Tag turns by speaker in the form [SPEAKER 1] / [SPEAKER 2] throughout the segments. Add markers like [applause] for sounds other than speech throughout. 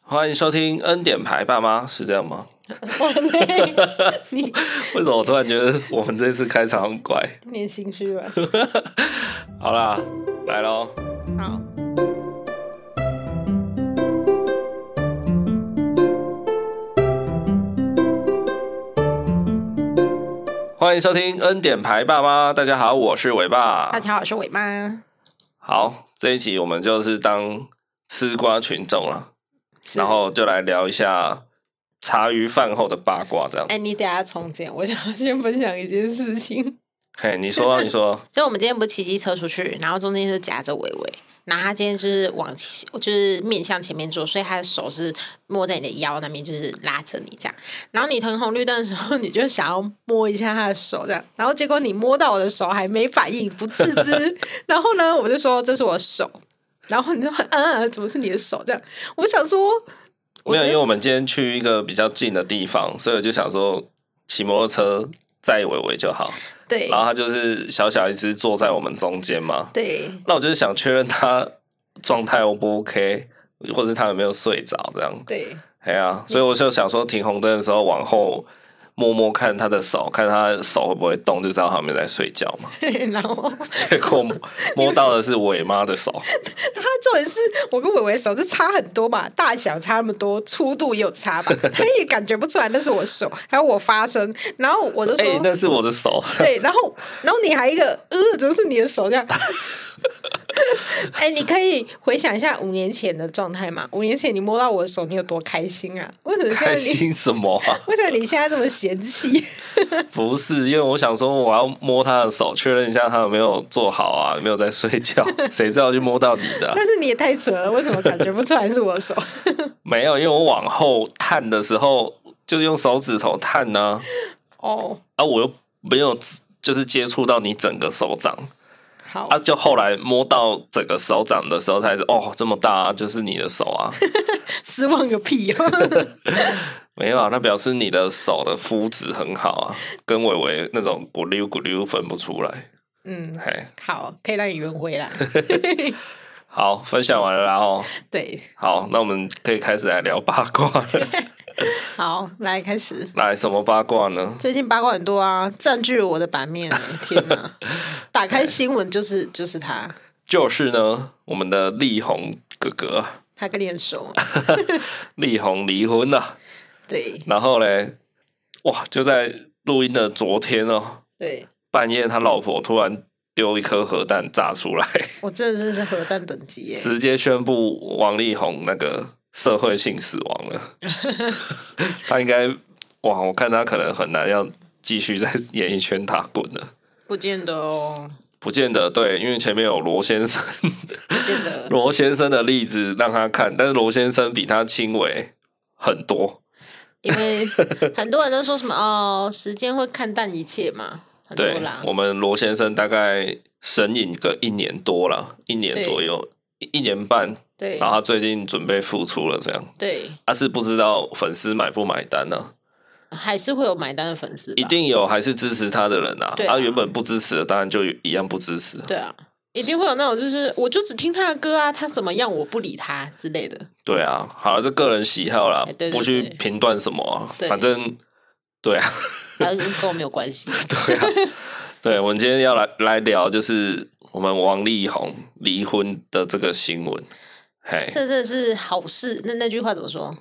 [SPEAKER 1] 欢迎收听《恩典牌爸妈》，是这样吗？ [laughs]
[SPEAKER 2] 哇，你你
[SPEAKER 1] 为什么我突然觉得我们这次开场很怪？
[SPEAKER 2] 你很心虚吧？
[SPEAKER 1] [laughs] 好啦，来喽！
[SPEAKER 2] 好，
[SPEAKER 1] 欢迎收听《恩典牌爸妈》，大家好，我是伟爸
[SPEAKER 2] 大。家好，我是伟妈。
[SPEAKER 1] 好，这一集我们就是当吃瓜群众了，
[SPEAKER 2] 是
[SPEAKER 1] 然，后就来聊一下茶余饭后的八卦，这样
[SPEAKER 2] 哎、。你等一下重建，我想要先分享一件事情。
[SPEAKER 1] 嘿，你说
[SPEAKER 2] [laughs]
[SPEAKER 1] 啊，你说啊，
[SPEAKER 2] 就我们今天不是骑机车出去，然后中间就夹着伟伟，然后他今天就是往前就是面向前面坐，所以他的手是摸在你的腰那边，就是拉着你这样。然后你停红绿灯的时候，你就想要摸一下他的手这样，然后结果你摸到我的手还没反应，不自知。 [laughs] 然后呢，我就说这是我的手，然后你就嗯、啊，怎么是你的手这样？我想说。我
[SPEAKER 1] 没有，
[SPEAKER 2] 觉
[SPEAKER 1] 因
[SPEAKER 2] 得
[SPEAKER 1] 为我们今天去一个比较近的地方，所以我就想说骑摩托车载伟伟就好。
[SPEAKER 2] 对
[SPEAKER 1] 然后他就是小小一只坐在我们中间嘛，
[SPEAKER 2] 对，
[SPEAKER 1] 那我就是想确认他状态 O 不 OK，或者是他有没有睡着这样。
[SPEAKER 2] 对， [laughs]
[SPEAKER 1] 哎呀、所以我就想说停红灯的时候往后摸摸看他的手，看他手会不会动，就知道他有没有在睡觉嘛。 [laughs]
[SPEAKER 2] 然后
[SPEAKER 1] 结果摸摸到的是伟妈的手，
[SPEAKER 2] 他重点是我跟伟伟手是差很多嘛，大小差那么多，粗度也有差吧，他也感觉不出来那是我手，还有我发声，然后我就
[SPEAKER 1] 哎、
[SPEAKER 2] 说。
[SPEAKER 1] 那是我的手。
[SPEAKER 2] 对，然后，然后你还一个，呃，怎么是你的手
[SPEAKER 1] [laughs]
[SPEAKER 2] 这样？哎、你可以回想一下五年前的状态嘛？五年前你摸到我的手，你有多开心啊？为什么现在
[SPEAKER 1] 开
[SPEAKER 2] 你，
[SPEAKER 1] 心什么啊？ [laughs]
[SPEAKER 2] 为什么你现在这么嫌弃？
[SPEAKER 1] 不是，因为我想说我要摸他的手，确认一下他有没有做好啊，有没有在睡觉。谁知道就摸到你的啊、
[SPEAKER 2] 但是你也太扯了，为什么感觉不出来是
[SPEAKER 1] [laughs]
[SPEAKER 2] 我的手？
[SPEAKER 1] 没有，因为我往后探的时候，就是用手指头探呢、
[SPEAKER 2] 哦，
[SPEAKER 1] 啊，我又没有就是接触到你整个手掌
[SPEAKER 2] 好，
[SPEAKER 1] 啊，就后来摸到整个手掌的时候才是哦，这么大、啊、就是你的手啊， [laughs]
[SPEAKER 2] 失望个屁、哦！ [laughs]
[SPEAKER 1] 没有啊，那表示你的手的肤质很好啊，跟伟伟那种咕溜咕溜分不出来。
[SPEAKER 2] 嗯，
[SPEAKER 1] 嘿，
[SPEAKER 2] 好，可以让你圆回啦。
[SPEAKER 1] 好，分享完了啦哦，
[SPEAKER 2] 对，
[SPEAKER 1] 好，那我们可以开始来聊八卦了。
[SPEAKER 2] 好，来开始。
[SPEAKER 1] 来，什么八卦呢？
[SPEAKER 2] 最近八卦很多啊，占据了我的版
[SPEAKER 1] [laughs]
[SPEAKER 2] 面欸。天哪，打开新闻就是就是他，
[SPEAKER 1] 就是呢，我们的力宏哥哥啊
[SPEAKER 2] 他跟你很熟。
[SPEAKER 1] 力宏离婚了、
[SPEAKER 2] 对
[SPEAKER 1] 然后嘞，哇，就在录音的昨天哦，
[SPEAKER 2] 对，
[SPEAKER 1] 半夜他老婆突然丢一颗核弹炸出来，
[SPEAKER 2] 我真的是是核弹等级耶。
[SPEAKER 1] 直接宣布王力宏那个社会性死亡了。他应该哇，我看他可能很难要继续在演艺圈打滚了。
[SPEAKER 2] 不见得哦，
[SPEAKER 1] 不见得对，因为前面有罗先生， [laughs]
[SPEAKER 2] 不见得。
[SPEAKER 1] 罗先生的例子让他看，但是罗先生比他轻微很多。
[SPEAKER 2] 因为很多人都说什么哦，时间会看淡一切嘛，很多
[SPEAKER 1] 对
[SPEAKER 2] 啦，。
[SPEAKER 1] 我们罗先生大概神隐个一年多了，一年
[SPEAKER 2] 对
[SPEAKER 1] 左右，一一年半，
[SPEAKER 2] 对
[SPEAKER 1] 然后他最近准备复出了，这样。
[SPEAKER 2] 对，
[SPEAKER 1] 他是不知道粉丝买不买单呢、
[SPEAKER 2] 还是会有买单的粉丝吧，
[SPEAKER 1] 一定有还是支持他的人啊。
[SPEAKER 2] 对
[SPEAKER 1] 他、
[SPEAKER 2] 啊
[SPEAKER 1] 原本不支持的，当然就一样不支持。
[SPEAKER 2] 对啊，一定会有那种就是我就只听他的歌啊，他怎么样我不理他之类的。
[SPEAKER 1] 对啊，好了，这个人喜好啦，
[SPEAKER 2] 哎对对
[SPEAKER 1] 不去
[SPEAKER 2] 对
[SPEAKER 1] 评断什么、啊，
[SPEAKER 2] 对
[SPEAKER 1] 反正对啊， [laughs]
[SPEAKER 2] 还有跟我没有关系。
[SPEAKER 1] 对啊，对。我们今天要来来聊，就是我们王力宏离婚的这个新闻。嘿，
[SPEAKER 2] 这这是好事，那那句话怎么说？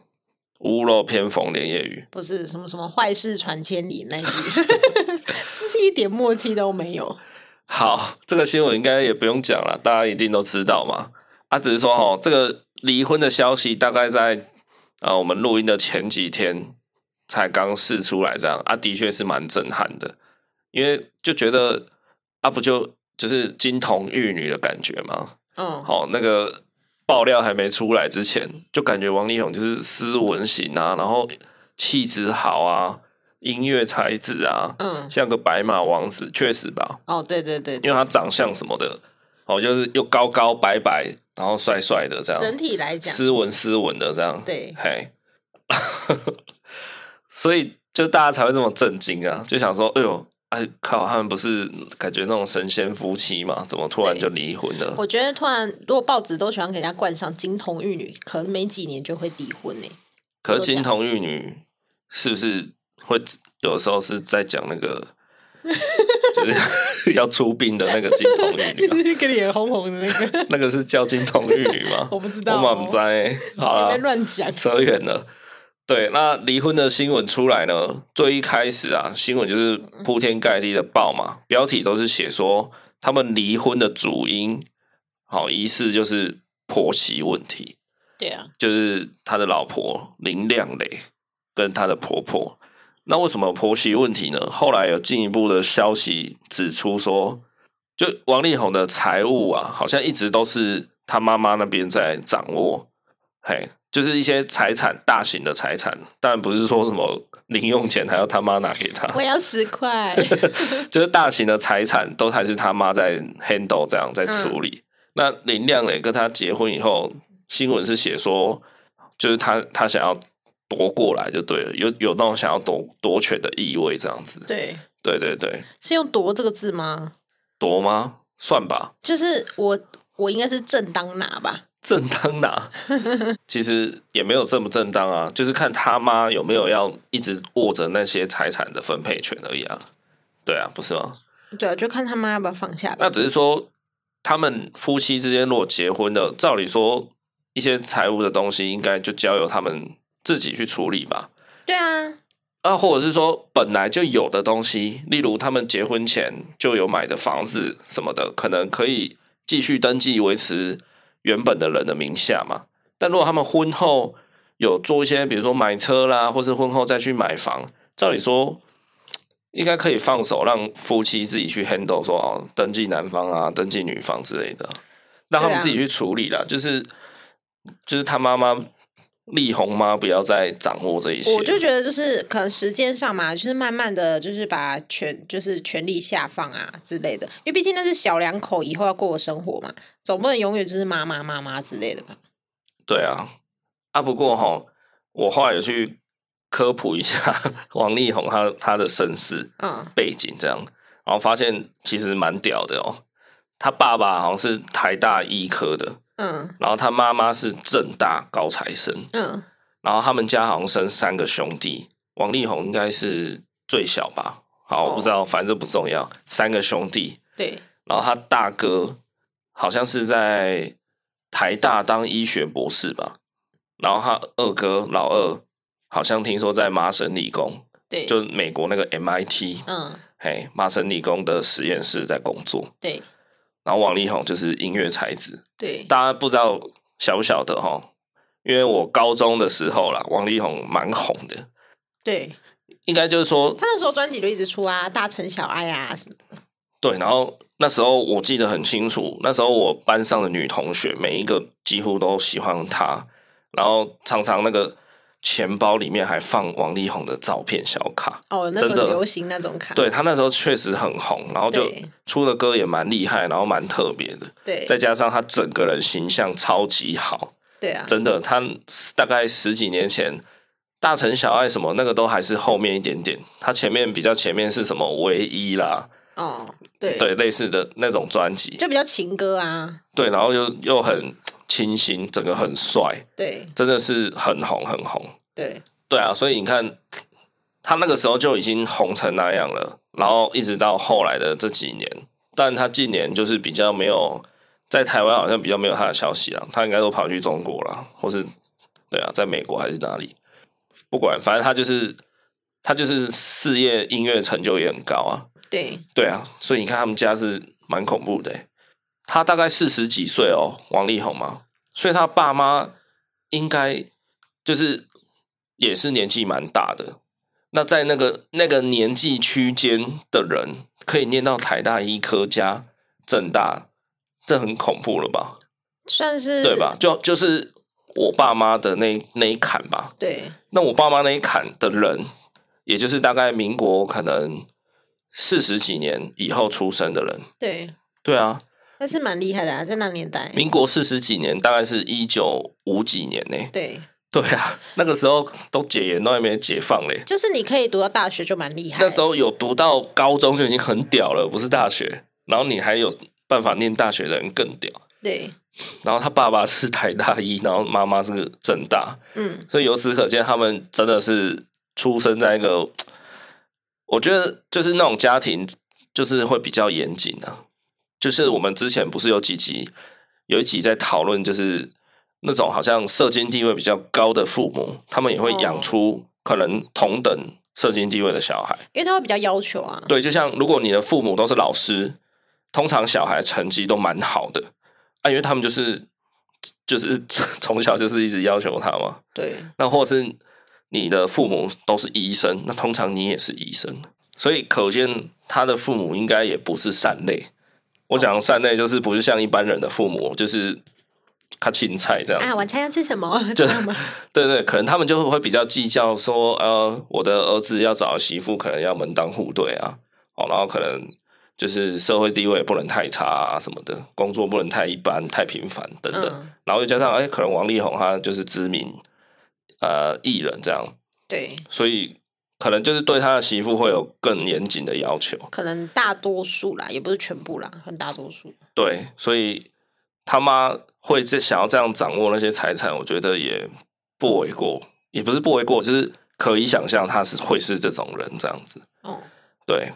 [SPEAKER 1] 屋漏偏逢连夜雨。
[SPEAKER 2] 不是什么什么坏事传千里那一句， [laughs] 这是一点默契都没有。
[SPEAKER 1] 好，这个新闻应该也不用讲了，大家一定都知道嘛。啊，只是说哦，这个离婚的消息大概在呃我们录音的前几天才刚试出来，这样啊，的确是蛮震撼的，因为就觉得啊，不就就是金童玉女的感觉嘛。
[SPEAKER 2] 嗯，
[SPEAKER 1] 好、那个爆料还没出来之前，就感觉王力宏就是斯文型啊，然后气质好啊，音乐才子啊，
[SPEAKER 2] 嗯，
[SPEAKER 1] 像个白马王子，确实吧。
[SPEAKER 2] 哦，对对对，
[SPEAKER 1] 因为他长相什么的，哦，就是又高高白白，然后帅帅的这
[SPEAKER 2] 整
[SPEAKER 1] 样，
[SPEAKER 2] 体来讲，
[SPEAKER 1] 斯文斯文的这样，
[SPEAKER 2] 对
[SPEAKER 1] 嘿， [laughs] 所以就大家才会这么震惊啊，就想说，哎呦，哎靠，他们不是感觉那种神仙夫妻嘛？怎么突然就离婚了？
[SPEAKER 2] 我觉得突然，如果报纸都喜欢给人家冠上金童玉女，可能没几年就会离婚欸 [laughs] 呢、
[SPEAKER 1] 可是金童玉女是不是会有时候是在讲那个，就是 [laughs] 要出殡的那个金童玉女
[SPEAKER 2] [laughs]
[SPEAKER 1] 啊、
[SPEAKER 2] 是个脸红红的那个，
[SPEAKER 1] 那个是叫金童玉女吗？
[SPEAKER 2] 我不知道啊哦
[SPEAKER 1] 我满在、欸好
[SPEAKER 2] 你
[SPEAKER 1] 啦，
[SPEAKER 2] 在乱讲。
[SPEAKER 1] 扯远了。对，那离婚的新闻出来呢，最一开始啊，新闻就是铺天盖地的报嘛，标题都是写说他们离婚的主因，好疑似就是婆媳问题。
[SPEAKER 2] [laughs] 对啊，
[SPEAKER 1] 就是他的老婆林亮蕾跟他的婆婆。那为什么有婆媳问题呢？后来有进一步的消息指出说，就王力宏的财务啊，好像一直都是他妈妈那边在掌握，嘿，就是一些财产大型的财产，当然不是说什么零用钱还要他妈拿给他，
[SPEAKER 2] 我要十块。
[SPEAKER 1] 就是大型的财产都还是他妈在 handle 这样在处理。那林亮磊跟他结婚以后，新闻是写说，就是他他想要夺过来就对了，有有那种想要夺夺权的意味这样子。
[SPEAKER 2] 对，
[SPEAKER 1] 对对对，
[SPEAKER 2] 是用“夺”这个字吗？
[SPEAKER 1] 夺吗？算吧，
[SPEAKER 2] 就是我，我应该是正当拿吧？
[SPEAKER 1] 正当拿，其实也没有正不正当啊，就是看他妈有没有要一直握着那些财产的分配权而已啊。对啊，不是吗？
[SPEAKER 2] 对啊，就看他妈要不要放下吧
[SPEAKER 1] 那。只是说，他们夫妻之间如果结婚的，照理说一些财务的东西应该就交由他们自己去处理吧。
[SPEAKER 2] 对啊，
[SPEAKER 1] 啊，或者是说本来就有的东西，例如他们结婚前就有买的房子什么的，可能可以继续登记维持原本的人的名下嘛。但如果他们婚后有做一些，比如说买车啦，或是婚后再去买房，照理说应该可以放手让夫妻自己去 handle，说哦，登记男方啊，登记女方之类的，让他
[SPEAKER 2] 对
[SPEAKER 1] 们
[SPEAKER 2] 啊
[SPEAKER 1] 自己去处理啦。就是就是他妈妈力宏妈不要再掌握这一些，
[SPEAKER 2] 我就觉得就是可能时间上嘛，就是慢慢的就是把权就是权力下放啊之类的，因为毕竟那是小两口以后要过的生活嘛，总不能永远就是妈妈妈妈之类的吧？
[SPEAKER 1] 对啊，啊，不过哈，我后来有去科普一下 [laughs] 王力宏他他的身世
[SPEAKER 2] 嗯，
[SPEAKER 1] 背景，这样，然后发现其实蛮屌的哦。他爸爸好像是台大医科的，
[SPEAKER 2] 嗯
[SPEAKER 1] 然后他妈妈是正大高材生，
[SPEAKER 2] 嗯，
[SPEAKER 1] 然后他们家好像生三个兄弟，王力宏应该是最小吧？好，我不知道，反正不重要。三个兄弟，
[SPEAKER 2] 对，
[SPEAKER 1] 然后他大哥好像是在台大当医学博士吧，然后他二哥老二好像听说在麻省理工，
[SPEAKER 2] 对，
[SPEAKER 1] 就美国那个 MIT，
[SPEAKER 2] 嗯，
[SPEAKER 1] 嘿，麻省理工的实验室在工作。
[SPEAKER 2] 对
[SPEAKER 1] 然后王力宏就是音乐才子，
[SPEAKER 2] 对，
[SPEAKER 1] 大家不知道晓不晓得哈？因为我高中的时候啦，王力宏蛮红的，
[SPEAKER 2] 对，
[SPEAKER 1] 应该就是说
[SPEAKER 2] 他那时候专辑就一直出啊，大城小爱啊什么的，
[SPEAKER 1] 对，然后那时候我记得很清楚，那时候我班上的女同学每一个几乎都喜欢他，然后常常那个钱包里面还放王力宏的照片小卡。
[SPEAKER 2] 哦，那
[SPEAKER 1] 真
[SPEAKER 2] 个
[SPEAKER 1] 的
[SPEAKER 2] 流行那种卡，
[SPEAKER 1] 对他那时候确实很红，然后就
[SPEAKER 2] 对
[SPEAKER 1] 出的歌也蛮厉害，然后蛮特别的，
[SPEAKER 2] 对
[SPEAKER 1] 再加上他整个人形象超级好，
[SPEAKER 2] 对啊，
[SPEAKER 1] 真的，他大概十几年前。大城小爱什么那个都还是后面一点点，他前面比较前面是什么唯一啦，
[SPEAKER 2] 哦，对，
[SPEAKER 1] 对类似的那种专辑，
[SPEAKER 2] 就比较情歌啊，
[SPEAKER 1] 对，然后又又很清新，整个很帅，
[SPEAKER 2] 对
[SPEAKER 1] 真的是很红很红。
[SPEAKER 2] 对
[SPEAKER 1] 对啊，所以你看他那个时候就已经红成那样了，然后一直到后来的这几年，但他近年就是比较没有在台湾好像比较没有他的消息啊了，他应该都跑去中国了，或是对啊，在美国还是哪里，不管，反正他就是他就是事业音乐成就也很高啊，
[SPEAKER 2] 对，
[SPEAKER 1] 对啊，所以你看他们家是蛮恐怖的欸。他大概四十几岁哦，王力宏嘛，所以他爸妈应该就是也是年纪蛮大的。那在那个那个年纪区间的人，可以念到台大医科加正大，这很恐怖了吧？
[SPEAKER 2] 算是
[SPEAKER 1] 对吧？？就就是我爸妈的那那一坎吧，
[SPEAKER 2] 对
[SPEAKER 1] 那我爸妈那一坎的人，也就是大概民国可能四十几年以后出生的人，
[SPEAKER 2] 对，
[SPEAKER 1] 对啊，
[SPEAKER 2] 那是蛮厉害的啊，在那年代，
[SPEAKER 1] 民国四十几年，大概是一九五几年呢、
[SPEAKER 2] 对
[SPEAKER 1] 对啊， [laughs] 那个时候都解严，都还没解放嘞。
[SPEAKER 2] 就是你可以读到大学就蛮厉害的。
[SPEAKER 1] 那时候有读到高中就已经很屌了，不是大学。然后你还有办法念大学的人更屌。
[SPEAKER 2] 对，
[SPEAKER 1] 然后他爸爸是台大一，然后妈妈是正大，
[SPEAKER 2] 嗯，
[SPEAKER 1] 所以由此可见，他们真的是出生在一个，我觉得就是那种家庭，就是会比较严谨啊。就是我们之前不是有几集，有一集在讨论，就是那种好像社经地位比较高的父母，他们也会养出可能同等社经地位的小孩。
[SPEAKER 2] 因为他会比较要求啊。
[SPEAKER 1] 对，就像如果你的父母都是老师，通常小孩成绩都蛮好的啊，因为他们就是就是 [laughs] 从小就是一直要求他嘛。
[SPEAKER 2] 对，
[SPEAKER 1] 那或是你的父母都是医生，那通常你也是医生，所以可见他的父母应该也不是善类。我讲的善类就是不是像一般人的父母，就是他青菜这样
[SPEAKER 2] 啊，
[SPEAKER 1] 子。
[SPEAKER 2] 晚餐要吃什
[SPEAKER 1] [laughs]
[SPEAKER 2] 么？
[SPEAKER 1] 就
[SPEAKER 2] 知道吗？
[SPEAKER 1] 对对，可能他们就会比较计较说，呃，我的儿子要找媳妇，可能要门当户对啊，哦，然后可能就是社会地位也不能太差啊什么的，工作不能太一般、太平凡等等。
[SPEAKER 2] 嗯，
[SPEAKER 1] 然后又加上，哎，可能王力宏他就是知名呃艺人这样，
[SPEAKER 2] 对，
[SPEAKER 1] 所以可能就是对他的媳妇会有更严谨的要求。
[SPEAKER 2] 可能大多数啦，也不是全部啦，很大多数。
[SPEAKER 1] 对，所以他妈会这想要这样掌握那些财产，我觉得也不为过，也不是不为过，就是可以想象他是会是这种人这样子。
[SPEAKER 2] 哦，
[SPEAKER 1] 对，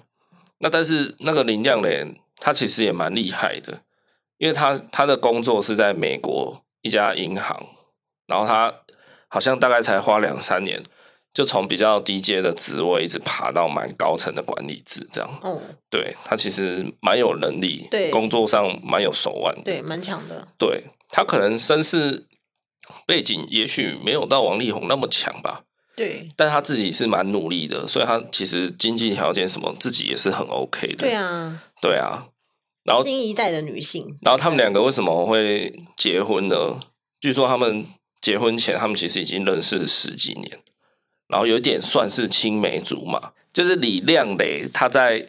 [SPEAKER 1] 那但是那个林亮脸他其实也蛮厉害的，因为他他的工作是在美国一家银行，然后他好像大概才花两三年，就从比较低阶的职位一直爬到蛮高层的管理职这样。
[SPEAKER 2] 哦，
[SPEAKER 1] 对他其实蛮有能力，
[SPEAKER 2] 对
[SPEAKER 1] 工作上蛮有手腕的。
[SPEAKER 2] 对，蛮强的。
[SPEAKER 1] 对他可能身世背景也许没有到王力宏那么强吧，
[SPEAKER 2] 对，
[SPEAKER 1] 但他自己是蛮努力的，所以他其实经济条件什么自己也是很 OK 的。
[SPEAKER 2] 对啊，
[SPEAKER 1] 对啊然后
[SPEAKER 2] 新一代的女性。
[SPEAKER 1] 然后他们两个为什么会结婚呢？据说他们结婚前，他们其实已经认识了十几年，然后有点算是青梅竹马。就是李亮磊，他在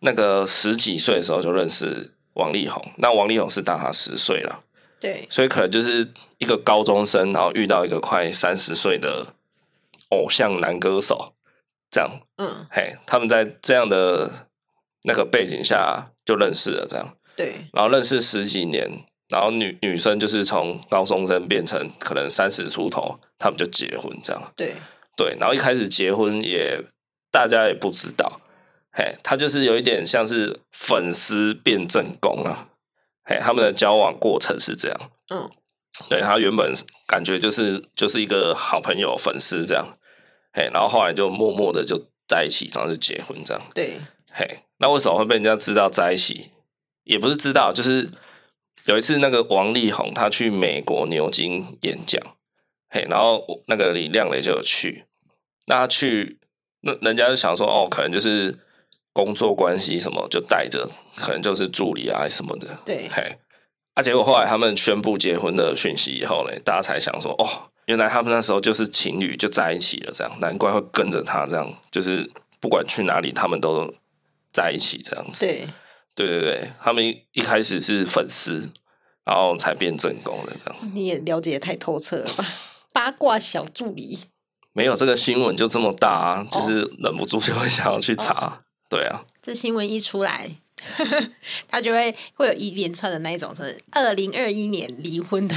[SPEAKER 1] 那个十几岁的时候就认识王力宏，那王力宏是大他十岁了。
[SPEAKER 2] 对，
[SPEAKER 1] 所以可能就是一个高中生，然后遇到一个快三十岁的偶像男歌手，这样，
[SPEAKER 2] 嗯，
[SPEAKER 1] 嘿，他们在这样的那个背景下就认识了，这样，
[SPEAKER 2] 对，
[SPEAKER 1] 然后认识十几年，然后女女生就是从高中生变成可能三十出头，他们就结婚这样，
[SPEAKER 2] 对，
[SPEAKER 1] 对，然后一开始结婚也大家也不知道，嘿，他就是有一点像是粉丝变正宫啊，嘿，他们的交往过程是这样。
[SPEAKER 2] 嗯，
[SPEAKER 1] 对他原本感觉就是就是一个好朋友粉丝这样，嘿，然后后来就默默的就在一起，然后就结婚这样，
[SPEAKER 2] 对，
[SPEAKER 1] 嘿，那为什么会被人家知道在一起？也不是知道，就是有一次那个王力宏他去美国牛津演讲，嘿，然后我那个李亮磊就有去，那他去，那人家就想说，哦，可能就是工作关系什么，就带着，可能就是助理啊什么的，
[SPEAKER 2] 对，
[SPEAKER 1] 嘿，啊，结果后来他们宣布结婚的讯息以后呢，大家才想说，哦，原来他们那时候就是情侣，就在一起了，这样，难怪会跟着他这样，就是不管去哪里，他们都在一起这样子。
[SPEAKER 2] 对，
[SPEAKER 1] 对对对，他们一一开始是粉丝，然后才变正宫的这样。
[SPEAKER 2] 你也了解得太透彻了吧？八卦小助理，
[SPEAKER 1] 没有这个新闻就这么大啊，就是忍不住就会想要去查。对啊，
[SPEAKER 2] 这新闻一出来， [laughs] 他就会会有一连串的那一种，是二零二一年离婚的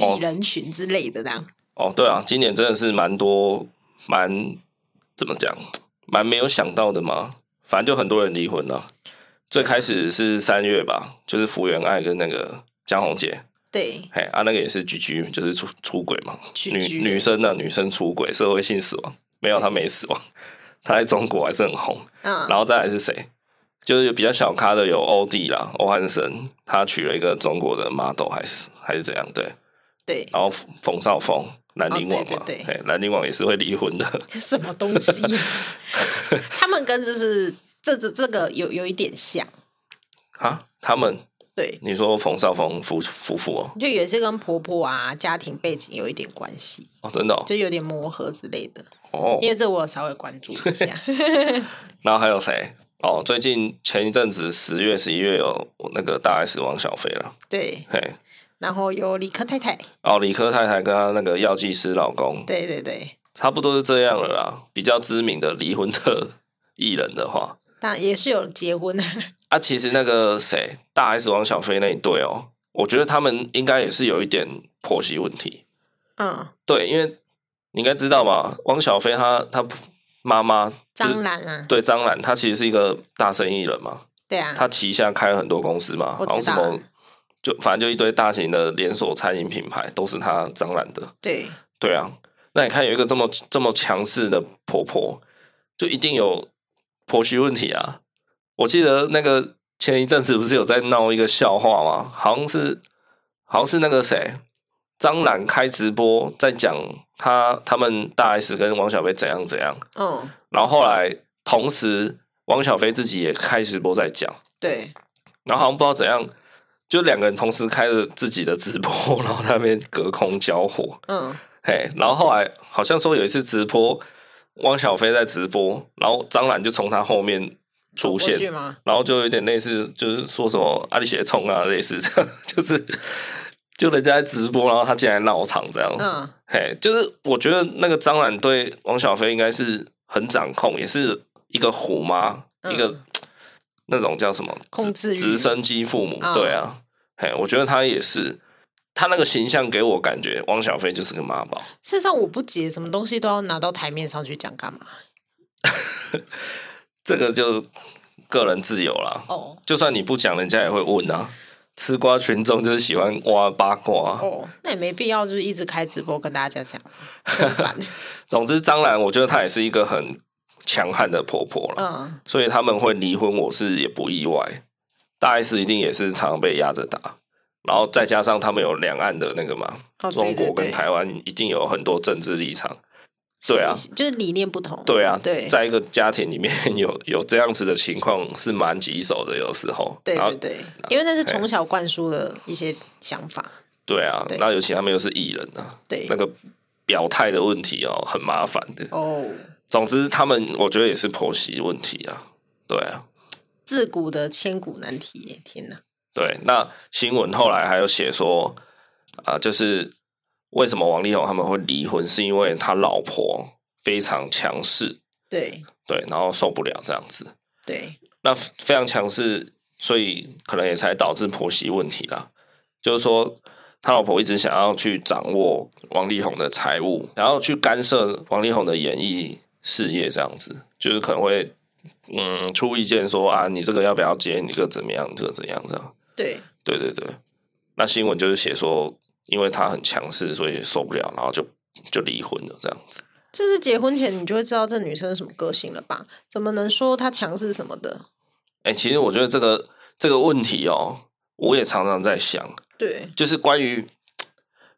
[SPEAKER 1] 哦
[SPEAKER 2] 艺人群之类的，这样。
[SPEAKER 1] 哦，对啊，今年真的是蛮多，蛮怎么讲，蛮没有想到的嘛。反正就很多人离婚了。最开始是三月吧，就是福原爱跟那个江宏杰，
[SPEAKER 2] 对，
[SPEAKER 1] 嘿啊，那个也是居居，就是出出轨嘛，
[SPEAKER 2] 去
[SPEAKER 1] 哦女
[SPEAKER 2] 拘
[SPEAKER 1] 女生的、啊女生出轨，社会性死亡，没有她没死亡， [laughs] 她在中国还是很红。
[SPEAKER 2] 嗯，
[SPEAKER 1] 然后再来是谁？就是比较小咖的有欧弟啦，欧汉生，他娶了一个中国的 model 还是还是怎样？对，
[SPEAKER 2] 对，
[SPEAKER 1] 然后冯冯绍峰、兰陵王嘛，
[SPEAKER 2] 哦对对对
[SPEAKER 1] 嘿兰陵王也是会离婚的，
[SPEAKER 2] 什么东西？啊
[SPEAKER 1] [laughs]
[SPEAKER 2] 他们跟就是这这这个有有一点像，
[SPEAKER 1] 啊，他们
[SPEAKER 2] 对，
[SPEAKER 1] 你说冯绍峰夫夫妇哦，
[SPEAKER 2] 就也是跟婆婆啊、家庭背景有一点关系，
[SPEAKER 1] 哦，真的哦，
[SPEAKER 2] 就有点磨合之类的。
[SPEAKER 1] 哦
[SPEAKER 2] 因为这我有稍微关注
[SPEAKER 1] [laughs]
[SPEAKER 2] 一下，
[SPEAKER 1] 然后还有谁？哦，最近前一阵子十月、十一月有那个大 S 王小菲了，
[SPEAKER 2] 对，
[SPEAKER 1] 嘿，
[SPEAKER 2] 然后有理科太太，
[SPEAKER 1] 哦，理科太太跟她那个药剂师老公，
[SPEAKER 2] 对对对，
[SPEAKER 1] 差不多是这样了啦。比较知名的离婚的艺人的话，
[SPEAKER 2] 但也是有结婚的，
[SPEAKER 1] 啊，其实那个谁，大 S 王小飞那一对哦，我觉得他们应该也是有一点婆媳问题。
[SPEAKER 2] 嗯，
[SPEAKER 1] 对，因为你应该知道吧，汪小菲他他妈妈就是
[SPEAKER 2] 张兰啊，
[SPEAKER 1] 对张兰，她其实是一个大生意人嘛，
[SPEAKER 2] 对啊，
[SPEAKER 1] 她旗下开了很多公司嘛，
[SPEAKER 2] 我
[SPEAKER 1] 然后
[SPEAKER 2] 知
[SPEAKER 1] 什
[SPEAKER 2] 道
[SPEAKER 1] 么就反正就一堆大型的连锁餐饮品牌都是她张兰的，
[SPEAKER 2] 对，
[SPEAKER 1] 对啊，那你看有一个这么这么强势的婆婆，就一定有婆媳问题啊。我记得那个前一阵子不是有在闹一个笑话吗？好像是好像是那个谁张兰开直播在讲她他们大 S 跟王小飞怎样怎样，
[SPEAKER 2] 嗯，
[SPEAKER 1] 然后后来同时王小飞自己也开直播在讲，
[SPEAKER 2] 对，
[SPEAKER 1] 然后好像不知道怎样。就两个人同时开着自己的直播，然后在那边隔空交火，
[SPEAKER 2] 嗯，
[SPEAKER 1] 嘿，然后后来好像说有一次直播，汪小菲在直播，然后张兰就从他后面出
[SPEAKER 2] 走过去
[SPEAKER 1] 现，
[SPEAKER 2] 吗？
[SPEAKER 1] 然后就有点类似，就是说什么阿里血冲啊，类似这样， [laughs] 就是就人家在直播，然后他进来闹场这样。
[SPEAKER 2] 嗯，
[SPEAKER 1] 嘿，就是我觉得那个张兰对汪小菲应该是很掌控，也是一个虎妈，
[SPEAKER 2] 嗯
[SPEAKER 1] 一个那种叫什么
[SPEAKER 2] 控制欲
[SPEAKER 1] 直直升机父母，
[SPEAKER 2] 嗯
[SPEAKER 1] 对啊，嘿，我觉得他也是。他那个形象给我感觉，汪小菲就是个妈宝。
[SPEAKER 2] 事实上我不解，什么东西都要拿到台面上去讲干嘛？
[SPEAKER 1] 这个就个人自由啦。
[SPEAKER 2] 哦
[SPEAKER 1] 就算你不讲，人家也会问啊。吃瓜群众就是喜欢挖八卦啊、
[SPEAKER 2] 哦，那也没必要就是一直开直播跟大家讲，很
[SPEAKER 1] [laughs]
[SPEAKER 2] 烦，
[SPEAKER 1] 总之，张兰我觉得她也是一个很强悍的婆婆了，
[SPEAKER 2] 嗯，
[SPEAKER 1] 所以他们会离婚，我是也不意外。大 S 一定也是常常被压着打，然后再加上他们有两岸的那个嘛，
[SPEAKER 2] 哦，
[SPEAKER 1] 中
[SPEAKER 2] 对对
[SPEAKER 1] 国跟
[SPEAKER 2] 对，
[SPEAKER 1] 台湾一定有很多政治立场。对啊
[SPEAKER 2] 是就是理念不同，
[SPEAKER 1] 对啊，
[SPEAKER 2] 嗯对
[SPEAKER 1] 在一个家庭里面有有这样子的情况是蛮棘手的，有时候。
[SPEAKER 2] 对
[SPEAKER 1] 然后哎
[SPEAKER 2] 对对，因为那是
[SPEAKER 1] 对
[SPEAKER 2] 从小灌输的一些想法，
[SPEAKER 1] 对啊
[SPEAKER 2] 对，
[SPEAKER 1] 那尤其他们又是艺人啊，
[SPEAKER 2] 对
[SPEAKER 1] 那，个表态的问题哦，很麻烦的。
[SPEAKER 2] 哦，
[SPEAKER 1] 总之，他们我觉得也是婆媳问题啊，对啊，
[SPEAKER 2] 自古的千古难题耶，天哪，
[SPEAKER 1] 对。那新闻后来还有写说，啊、就是为什么王力宏他们会离婚，是因为他老婆非常强势，
[SPEAKER 2] 对
[SPEAKER 1] 对，然后受不了这样子。
[SPEAKER 2] 对，
[SPEAKER 1] 那非常强势，所以可能也才导致婆媳问题啦。就是说，他老婆一直想要去掌握王力宏的财务，然后去干涉王力宏的演艺事业，这样子，就是可能会嗯出意见说啊，你这个要不要接？你这个怎么样？这个怎样？这样，
[SPEAKER 2] 对
[SPEAKER 1] 对对对。那新闻就是写说，因为他很强势，所以受不了，然后就就离婚了，这样子。
[SPEAKER 2] 就是结婚前你就会知道这女生是什么个性了吧？怎么能说她强势什么的？
[SPEAKER 1] 哎、其实我觉得这个这个问题哦，我也常常在想，
[SPEAKER 2] 对，
[SPEAKER 1] 就是关于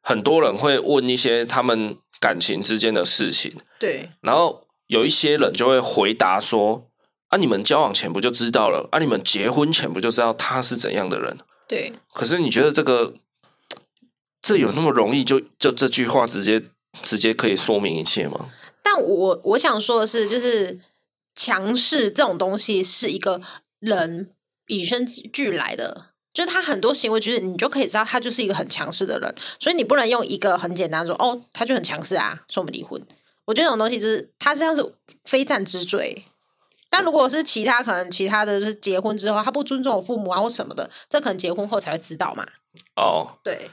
[SPEAKER 1] 很多人会问一些他们感情之间的事情，
[SPEAKER 2] 对，
[SPEAKER 1] 然后有一些人就会回答说：“啊，你们交往前不就知道了？啊，你们结婚前不就知道他是怎样的人
[SPEAKER 2] 对，？”
[SPEAKER 1] 可是你觉得这个这有那么容易就就这句话直接直接可以说明一切吗？
[SPEAKER 2] 但我我想说的是，就是强势这种东西是一个人与生俱来的，就是他很多行为举止，你就可以知道他就是一个很强势的人，所以你不能用一个很简单说哦，他就很强势啊，说我们离婚。我觉得这种东西就是他这样是非战之罪。但如果是其他可能其他的就是结婚之后他不尊重我父母啊或什么的，这可能结婚后才会知道嘛。
[SPEAKER 1] 哦
[SPEAKER 2] 对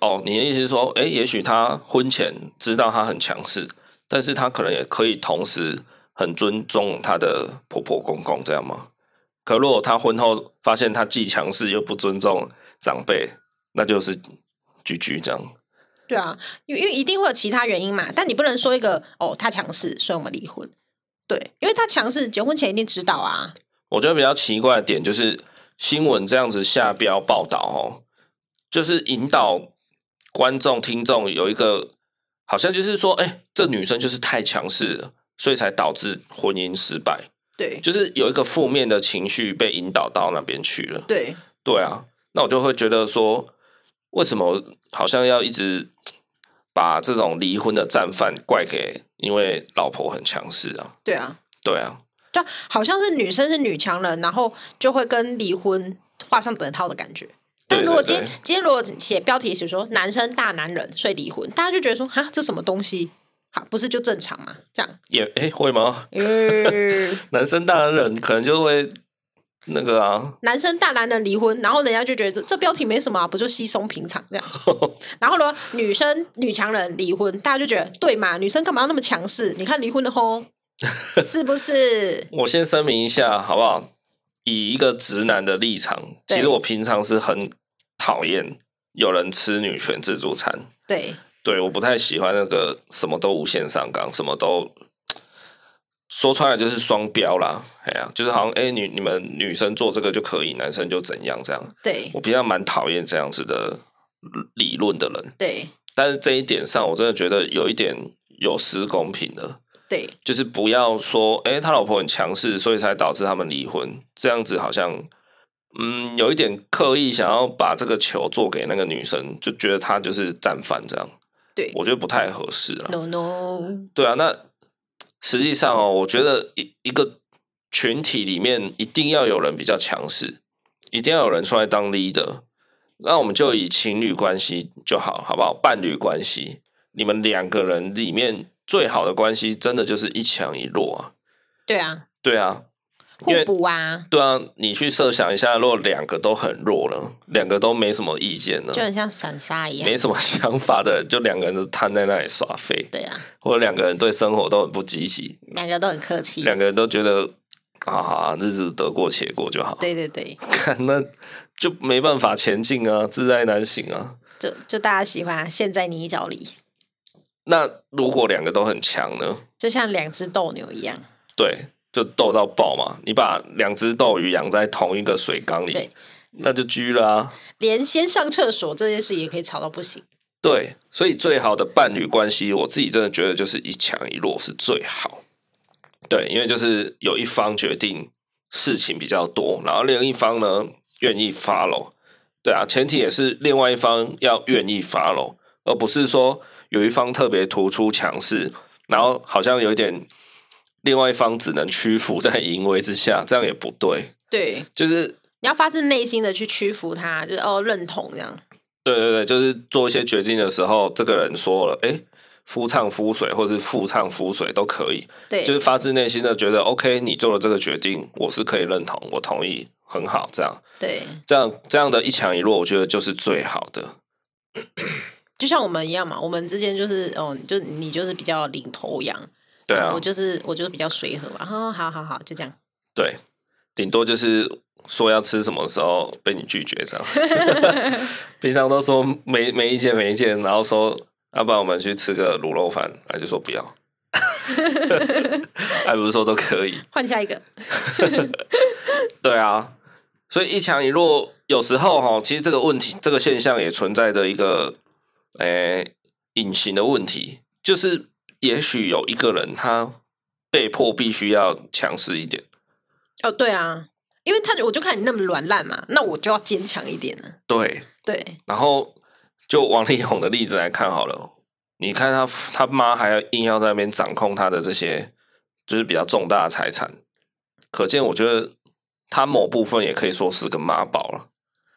[SPEAKER 1] 哦，你的意思是说，诶，也许他婚前知道他很强势，但是他可能也可以同时很尊重他的婆婆公公，这样吗？可如果他婚后发现他既强势又不尊重长辈，那就是居居这样。
[SPEAKER 2] 对啊，因为因为一定会有其他原因嘛，但你不能说一个哦，他强势，所以我们离婚。对，因为他强势，结婚前一定知道啊。
[SPEAKER 1] 我觉得比较奇怪的点就是新闻这样子下标报道哦，就是引导观众听众有一个好像就是说，诶，这女生就是太强势了，所以才导致婚姻失败。
[SPEAKER 2] 对
[SPEAKER 1] 就是有一个负面的情绪被引导到那边去了。
[SPEAKER 2] 对
[SPEAKER 1] 对啊，那我就会觉得说，为什么好像要一直把这种离婚的战犯怪给因为老婆很强势啊？
[SPEAKER 2] 对啊，
[SPEAKER 1] 对啊，
[SPEAKER 2] 对啊，好像是女生是女强人，然后就会跟离婚画上等号的感觉。
[SPEAKER 1] 对
[SPEAKER 2] 但如果
[SPEAKER 1] 对
[SPEAKER 2] 今天
[SPEAKER 1] 对
[SPEAKER 2] 今天如果写标题写说男生大男人所以离婚，大家就觉得说哈这什么东西，好不是就正常吗？这
[SPEAKER 1] [laughs]
[SPEAKER 2] 样， [laughs]
[SPEAKER 1] 也哎、会吗？
[SPEAKER 2] 呃
[SPEAKER 1] 男生大男人可能就会那个啊，
[SPEAKER 2] 男生大男人离婚，然后人家就觉得这这标题没什么、啊，不就稀松平常
[SPEAKER 1] [laughs]
[SPEAKER 2] 这样。然后呢，女生女强人离婚，大家就觉得对嘛，女生干嘛要那么强势？你看离婚的
[SPEAKER 1] [laughs]
[SPEAKER 2] 吼，是不是？
[SPEAKER 1] 我先声明一下好不好？以一个直男的立场，
[SPEAKER 2] 对
[SPEAKER 1] 其实我平常是很讨厌有人吃女权自助餐，
[SPEAKER 2] 对，
[SPEAKER 1] 对，我不太喜欢那个什么都无限上纲，什么都说穿了就是双标啦。哎呀、就是好像哎、你你们女生做这个就可以，男生就怎样这样。
[SPEAKER 2] 对，
[SPEAKER 1] 我平常蛮讨厌这样子的理论的人，
[SPEAKER 2] 对，
[SPEAKER 1] 但是这一点上，我真的觉得有一点有失公平的。
[SPEAKER 2] 对，
[SPEAKER 1] 就是不要说，哎、他老婆很强势，所以才导致他们离婚。这样子好像，嗯，有一点刻意想要把这个球做给那个女生，就觉得她就是战犯这样。
[SPEAKER 2] 对
[SPEAKER 1] 我觉得不太合适了。
[SPEAKER 2] ，no no，
[SPEAKER 1] 对啊，那实际上哦，我觉得一一个群体里面一定要有人比较强势，一定要有人出来当 leader。那我们就以情侣关系就好，好不好？伴侣关系，你们两个人里面最好的关系，真的就是一强一弱啊。
[SPEAKER 2] 对啊，
[SPEAKER 1] 对啊，
[SPEAKER 2] 互
[SPEAKER 1] 因为
[SPEAKER 2] 补啊，
[SPEAKER 1] 对啊，你去设想一下，如果两个都很弱了，两个都没什么意见呢，
[SPEAKER 2] 就很像散沙一样
[SPEAKER 1] 没。什么 [laughs] 想法的人，就两个人都瘫在那里耍废，
[SPEAKER 2] 对啊，
[SPEAKER 1] 或者两个人对生活都很不积极，
[SPEAKER 2] 两个都很客气。
[SPEAKER 1] 两个人都觉得啊哈，日子得过且过就好，
[SPEAKER 2] 对对对，
[SPEAKER 1] 看 [laughs] 那就没办法前进啊，自在难行啊。
[SPEAKER 2] 就就大家喜欢陷在泥沼里，
[SPEAKER 1] 那如果两个都很强呢？
[SPEAKER 2] 就像两只斗牛一样。
[SPEAKER 1] 对，就斗到爆嘛。你把两只斗鱼养在同一个水缸里
[SPEAKER 2] 对，
[SPEAKER 1] 那就狙了啊。
[SPEAKER 2] 连先上厕所这件事也可以吵到不行。
[SPEAKER 1] 对，所以最好的伴侣关系，我自己真的觉得就是一强一弱是最好。对，因为就是有一方决定事情比较多，然后另一方呢愿意 follow。对啊，前提也是另外一方要愿意 follow，而不是说有一方特别突出强势，然后好像有一点另外一方只能屈服在淫威之下，这样也不对。
[SPEAKER 2] 对，
[SPEAKER 1] 就是
[SPEAKER 2] 你要发自内心的去屈服他，就是哦认同这样。
[SPEAKER 1] 对对对，就是做一些决定的时候，这个人说了，哎，夫唱夫随，或是妇唱夫随都可以，
[SPEAKER 2] 对，
[SPEAKER 1] 就是发自内心的觉得，OK，你做了这个决定，我是可以认同，我同意，很好，这样，
[SPEAKER 2] 对，
[SPEAKER 1] 这样这样的一强一弱，我觉得就是最好的。
[SPEAKER 2] 就像我们一样嘛，我们之间就是哦，就你就是比较领头羊，
[SPEAKER 1] 对啊
[SPEAKER 2] 我，就是我就是比较随和嘛。哦，好好好，就这样。
[SPEAKER 1] 对，顶多就是说要吃什么时候被你拒绝这样。
[SPEAKER 2] [laughs]
[SPEAKER 1] 平常都说没没意见没意见，然后说要、不然我们去吃个卤肉饭，他就说不
[SPEAKER 2] [laughs]
[SPEAKER 1] 要， [laughs] 还不是说都可以。
[SPEAKER 2] 换下一个，
[SPEAKER 1] 对啊，所以一强一弱，有时候哈，其实这个问题、这个现象也存在着一个，诶、隐形的问题，就是也许有一个人他被迫必须要强势一点，
[SPEAKER 2] 哦，对啊，因为他我就看你那么软烂嘛，那我就要坚强一点了。
[SPEAKER 1] 对，
[SPEAKER 2] 对，
[SPEAKER 1] 然后就王力宏的例子来看好了，你看他他妈还要硬要在那边掌控他的这些，就是比较重大的财产，可见我觉得他某部分也可以说是个妈宝了。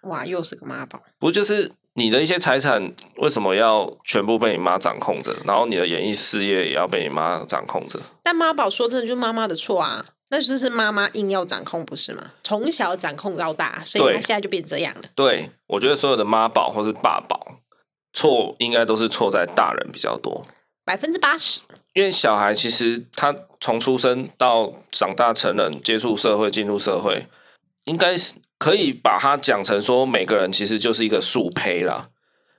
[SPEAKER 2] 哇，又是个妈宝。
[SPEAKER 1] 不就是你的一些财产为什么要全部被你妈掌控着？然后你的演艺事业也要被你妈掌控着？
[SPEAKER 2] 但妈宝说真的就是妈妈的错啊，那就是妈妈硬要掌控，不是吗？从小掌控到大，所以
[SPEAKER 1] 对
[SPEAKER 2] 他现在就变这样了。
[SPEAKER 1] 对我觉得所有的妈宝或是爸宝错，应该都是错在大人比较多，
[SPEAKER 2] 百分之八十，
[SPEAKER 1] 因为小孩其实他从出生到长大成人，接触社会，进入社会，应该是可以把它讲成说，每个人其实就是一个树胚啦。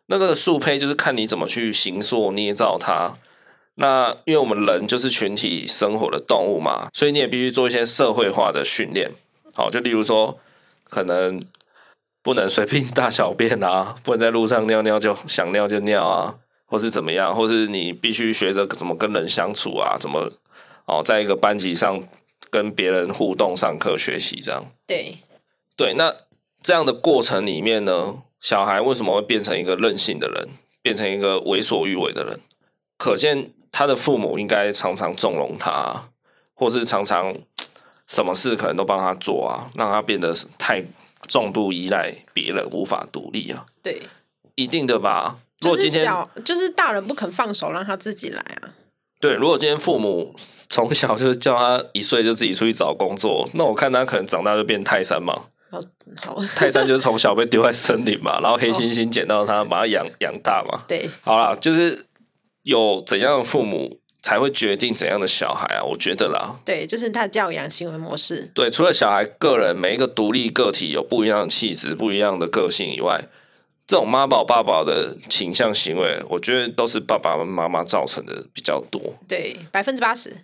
[SPEAKER 1] 那这个树胚就是看你怎么去形塑、捏造它。那因为我们人就是群体生活的动物嘛，所以你也必须做一些社会化的训练。好，就例如说，可能不能随便 [laughs] 大小便啊，不能在路上尿尿就想尿就尿啊，或是怎么样，或是你必须学着怎么跟人相处啊，怎么哦，在一个班级上跟别人互动、上课、学习这样。
[SPEAKER 2] 对
[SPEAKER 1] 对，那这样的过程里面呢，小孩为什么会变成一个任性的人，变成一个为所欲为的人？可见他的父母应该常常纵容他，或是常常什么事可能都帮他做啊，让他变得是太重度依赖别人，无法独立啊，
[SPEAKER 2] 对，
[SPEAKER 1] 一定的吧？如
[SPEAKER 2] 就
[SPEAKER 1] 果
[SPEAKER 2] 是
[SPEAKER 1] 今天
[SPEAKER 2] 小就是大人不肯放手让他自己来啊，
[SPEAKER 1] 对，如果今天父母从小就叫他一岁就自己出去找工作，那我看他可能长大就变泰山嘛。
[SPEAKER 2] 好好，
[SPEAKER 1] 泰山就是从小被丢在森林
[SPEAKER 2] [laughs]
[SPEAKER 1] 嘛，然后黑猩猩捡到他，把他养养大嘛。
[SPEAKER 2] 对，
[SPEAKER 1] 好啦，就是有怎样的父母才会决定怎样的小孩啊？我觉得啦，
[SPEAKER 2] 对，就是他教养行为模式，
[SPEAKER 1] 对，除了小孩个人每一个独立个体有不一样的气质、不一样的个性以外，这种妈宝爸宝的倾向行为，我觉得都是爸爸妈妈造成的比较多。
[SPEAKER 2] 对，百分之八十，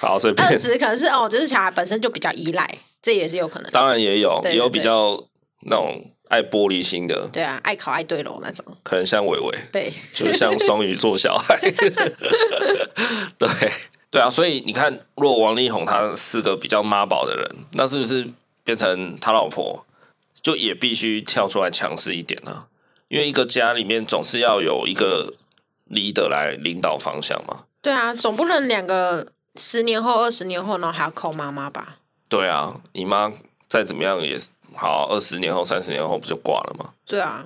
[SPEAKER 1] 好，所以变
[SPEAKER 2] 二十可能是哦，就是小孩本身就比较依赖，这也是有可能。
[SPEAKER 1] 当然也有，
[SPEAKER 2] 对
[SPEAKER 1] 也有
[SPEAKER 2] 对
[SPEAKER 1] 比
[SPEAKER 2] 对
[SPEAKER 1] 较那种爱玻璃心的，
[SPEAKER 2] 对啊，爱考爱对喽那种。
[SPEAKER 1] 可能像伟伟，
[SPEAKER 2] 对，
[SPEAKER 1] 就是像双鱼座小孩。 [laughs] 对对啊，所以你看，如果王力宏他是个比较妈宝的人，那是不是变成他老婆就也必须跳出来强势一点呢、因为一个家里面总是要有一个 leader 来领导方向嘛。
[SPEAKER 2] 对啊，总不能两个十年后、二十年后，然后还要扣妈妈吧？
[SPEAKER 1] 对啊，你妈再怎么样也是好，二十年后、三十年后不就挂了吗？ [laughs]
[SPEAKER 2] 对啊，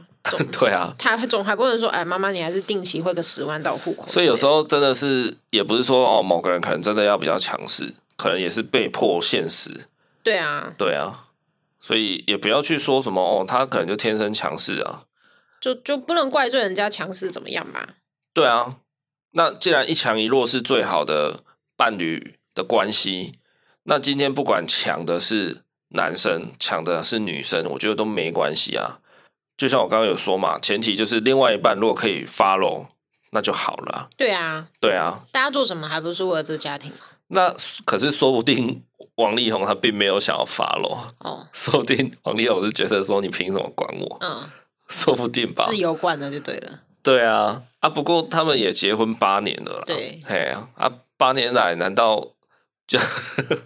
[SPEAKER 1] 对啊，
[SPEAKER 2] 他总还不能说，哎，妈妈，你还是定期汇个十万到户口之类的。
[SPEAKER 1] 所以有时候真的是，也不是说哦，某个人可能真的要比较强势，可能也是被迫现实。
[SPEAKER 2] 对啊，
[SPEAKER 1] 对啊，所以也不要去说什么哦，他可能就天生强势啊。
[SPEAKER 2] 就就不能怪罪人家强势怎么样吧？
[SPEAKER 1] 对啊，那既然一强一弱是最好的伴侣的关系，那今天不管强的是男生，强的是女生，我觉得都没关系啊。就像我刚刚有说嘛，前提就是另外一半如果可以 follow，那就好了啊。
[SPEAKER 2] 对啊，
[SPEAKER 1] 对啊，
[SPEAKER 2] 大家做什么还不是为了这个家庭吗
[SPEAKER 1] 那可是说不定王力宏他并没有想要发咯，
[SPEAKER 2] 哦，
[SPEAKER 1] 说不定王力宏是觉得说你凭什么管我？
[SPEAKER 2] 嗯，
[SPEAKER 1] 说不定吧
[SPEAKER 2] 自。由惯了就对了。
[SPEAKER 1] 对啊，啊，不过他们也结婚八年了啦。
[SPEAKER 2] 对
[SPEAKER 1] 嘿啊，啊，八年来难道就 [laughs]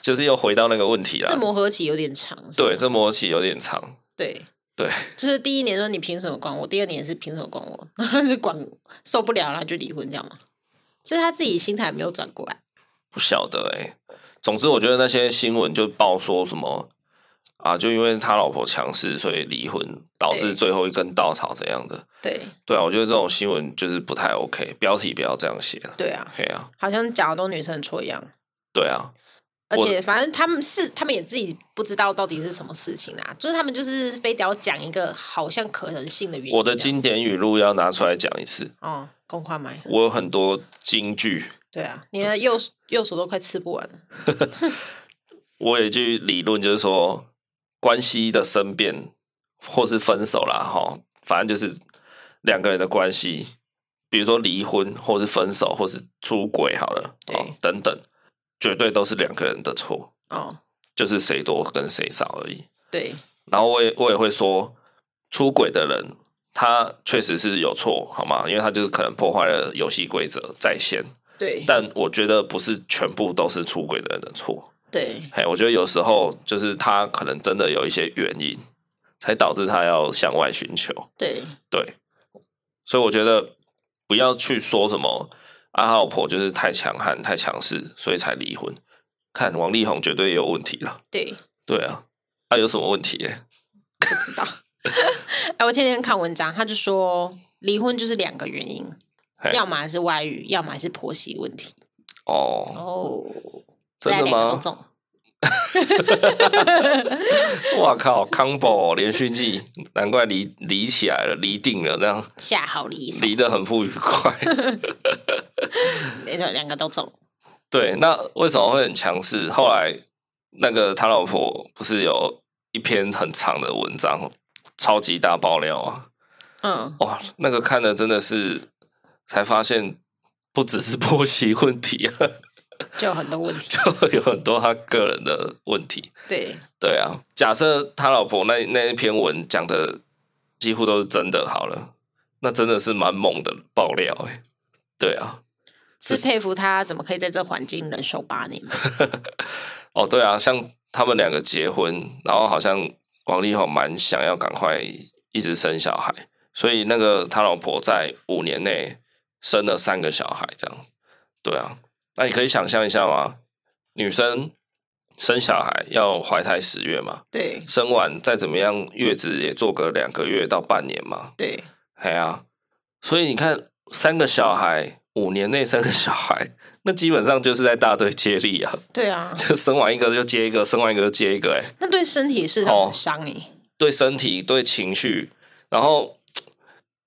[SPEAKER 1] 就是又回到那个问题
[SPEAKER 2] 这
[SPEAKER 1] 啦？
[SPEAKER 2] 磨合期有点长。是不
[SPEAKER 1] 啊对，
[SPEAKER 2] 是
[SPEAKER 1] 这磨期有点长。
[SPEAKER 2] 对，
[SPEAKER 1] 对，
[SPEAKER 2] 就是第一年说你凭什么管我，第二年是凭什么管我， [laughs] 然后就管受不了，然后就离婚，这样吗？这是他自己心态没有转过来。
[SPEAKER 1] 不晓得哎、总之，我觉得那些新闻就报说什么啊，就因为他老婆强势，所以离婚，导
[SPEAKER 2] 对
[SPEAKER 1] 致最后一根稻草怎样的。
[SPEAKER 2] 对
[SPEAKER 1] 对啊，我觉得这种新闻就是不太 OK，标题不要这样写了。
[SPEAKER 2] 对啊，
[SPEAKER 1] 嘿啊，
[SPEAKER 2] 好像讲的都女生的错一样。
[SPEAKER 1] 对啊，
[SPEAKER 2] 而
[SPEAKER 1] 我
[SPEAKER 2] 且反正他们是，他们也自己不知道到底是什么事情啦，就是他们就是非得要讲一个好像可能性的原因。
[SPEAKER 1] 我的
[SPEAKER 2] 这样
[SPEAKER 1] 经典语录要拿出来讲一次。
[SPEAKER 2] 哦，公话买，
[SPEAKER 1] 我有很多金句，
[SPEAKER 2] 对啊，你的右右手都快吃不完了。
[SPEAKER 1] 我有一句理论就是说，关系的生变或是分手啦，哈，反正就是两个人的关系，比如说离婚或是分手或是出轨，好了，
[SPEAKER 2] 对
[SPEAKER 1] 哦，等等，绝对都是两个人的错，
[SPEAKER 2] 哦，
[SPEAKER 1] 就是谁多跟谁少而已。
[SPEAKER 2] 对
[SPEAKER 1] 然后我也我也会说，出轨的人他确实是有错，好吗？因为他就是可能破坏了游戏规则在先，
[SPEAKER 2] 对
[SPEAKER 1] 但我觉得不是全部都是出轨的人的错。
[SPEAKER 2] 对
[SPEAKER 1] 嘿，我觉得有时候就是他可能真的有一些原因，才导致他要向外寻求。
[SPEAKER 2] 对
[SPEAKER 1] 对，所以我觉得不要去说什么阿浩婆就是太强悍、太强势，所以才离婚。看王力宏绝对也有问题了。
[SPEAKER 2] 对，
[SPEAKER 1] 对啊，他、有什么问题、欸？
[SPEAKER 2] 哎，我前天看文章，他就说离婚就是两个原因，
[SPEAKER 1] 嘿
[SPEAKER 2] 要么是外遇，要么是婆媳问题。
[SPEAKER 1] 哦，
[SPEAKER 2] 哦，
[SPEAKER 1] 真的
[SPEAKER 2] 这两个都
[SPEAKER 1] 吗？
[SPEAKER 2] 中，
[SPEAKER 1] 哇靠，combo 连续剧，难怪离离起来了，离定了，这样
[SPEAKER 2] 下好离手，
[SPEAKER 1] 离得很不愉快。 [laughs]
[SPEAKER 2] 没错，两个都中。
[SPEAKER 1] 对，那为什么会很强势？后来那个他老婆不是有一篇很长的文章，超级大爆料啊！
[SPEAKER 2] 嗯，
[SPEAKER 1] 哇，那个看的真的是才发现，不只是婆媳问题啊， [laughs]
[SPEAKER 2] 就有很多问题。
[SPEAKER 1] 就有很多他个人的问题。
[SPEAKER 2] 对
[SPEAKER 1] [laughs] 对啊，假设他老婆那那一篇文讲的几乎都是真的，好了，那真的是蛮猛的爆料哎、对啊，
[SPEAKER 2] 是佩服他怎么可以在这环境忍受八年。
[SPEAKER 1] 哦，对啊，像他们两个结婚，然后好像王力宏蛮想要赶快一直生小孩，所以那个他老婆在五年内生了三个小孩，这样。对啊，那你可以想象一下吗？女生生小孩要怀胎十月嘛，
[SPEAKER 2] [laughs] 对
[SPEAKER 1] 生完再怎么样月子也做个两个月到半年嘛，
[SPEAKER 2] 对，
[SPEAKER 1] 哎呀、所以你看三个小孩，五年内三个小孩，那基本上就是在大队接力啊， [laughs]
[SPEAKER 2] 对啊，
[SPEAKER 1] 就生完一个就接一个，生完一个就接一个、哎，
[SPEAKER 2] 那对身体是
[SPEAKER 1] 哦
[SPEAKER 2] 很伤欸诶、
[SPEAKER 1] 对身体、对情绪，然后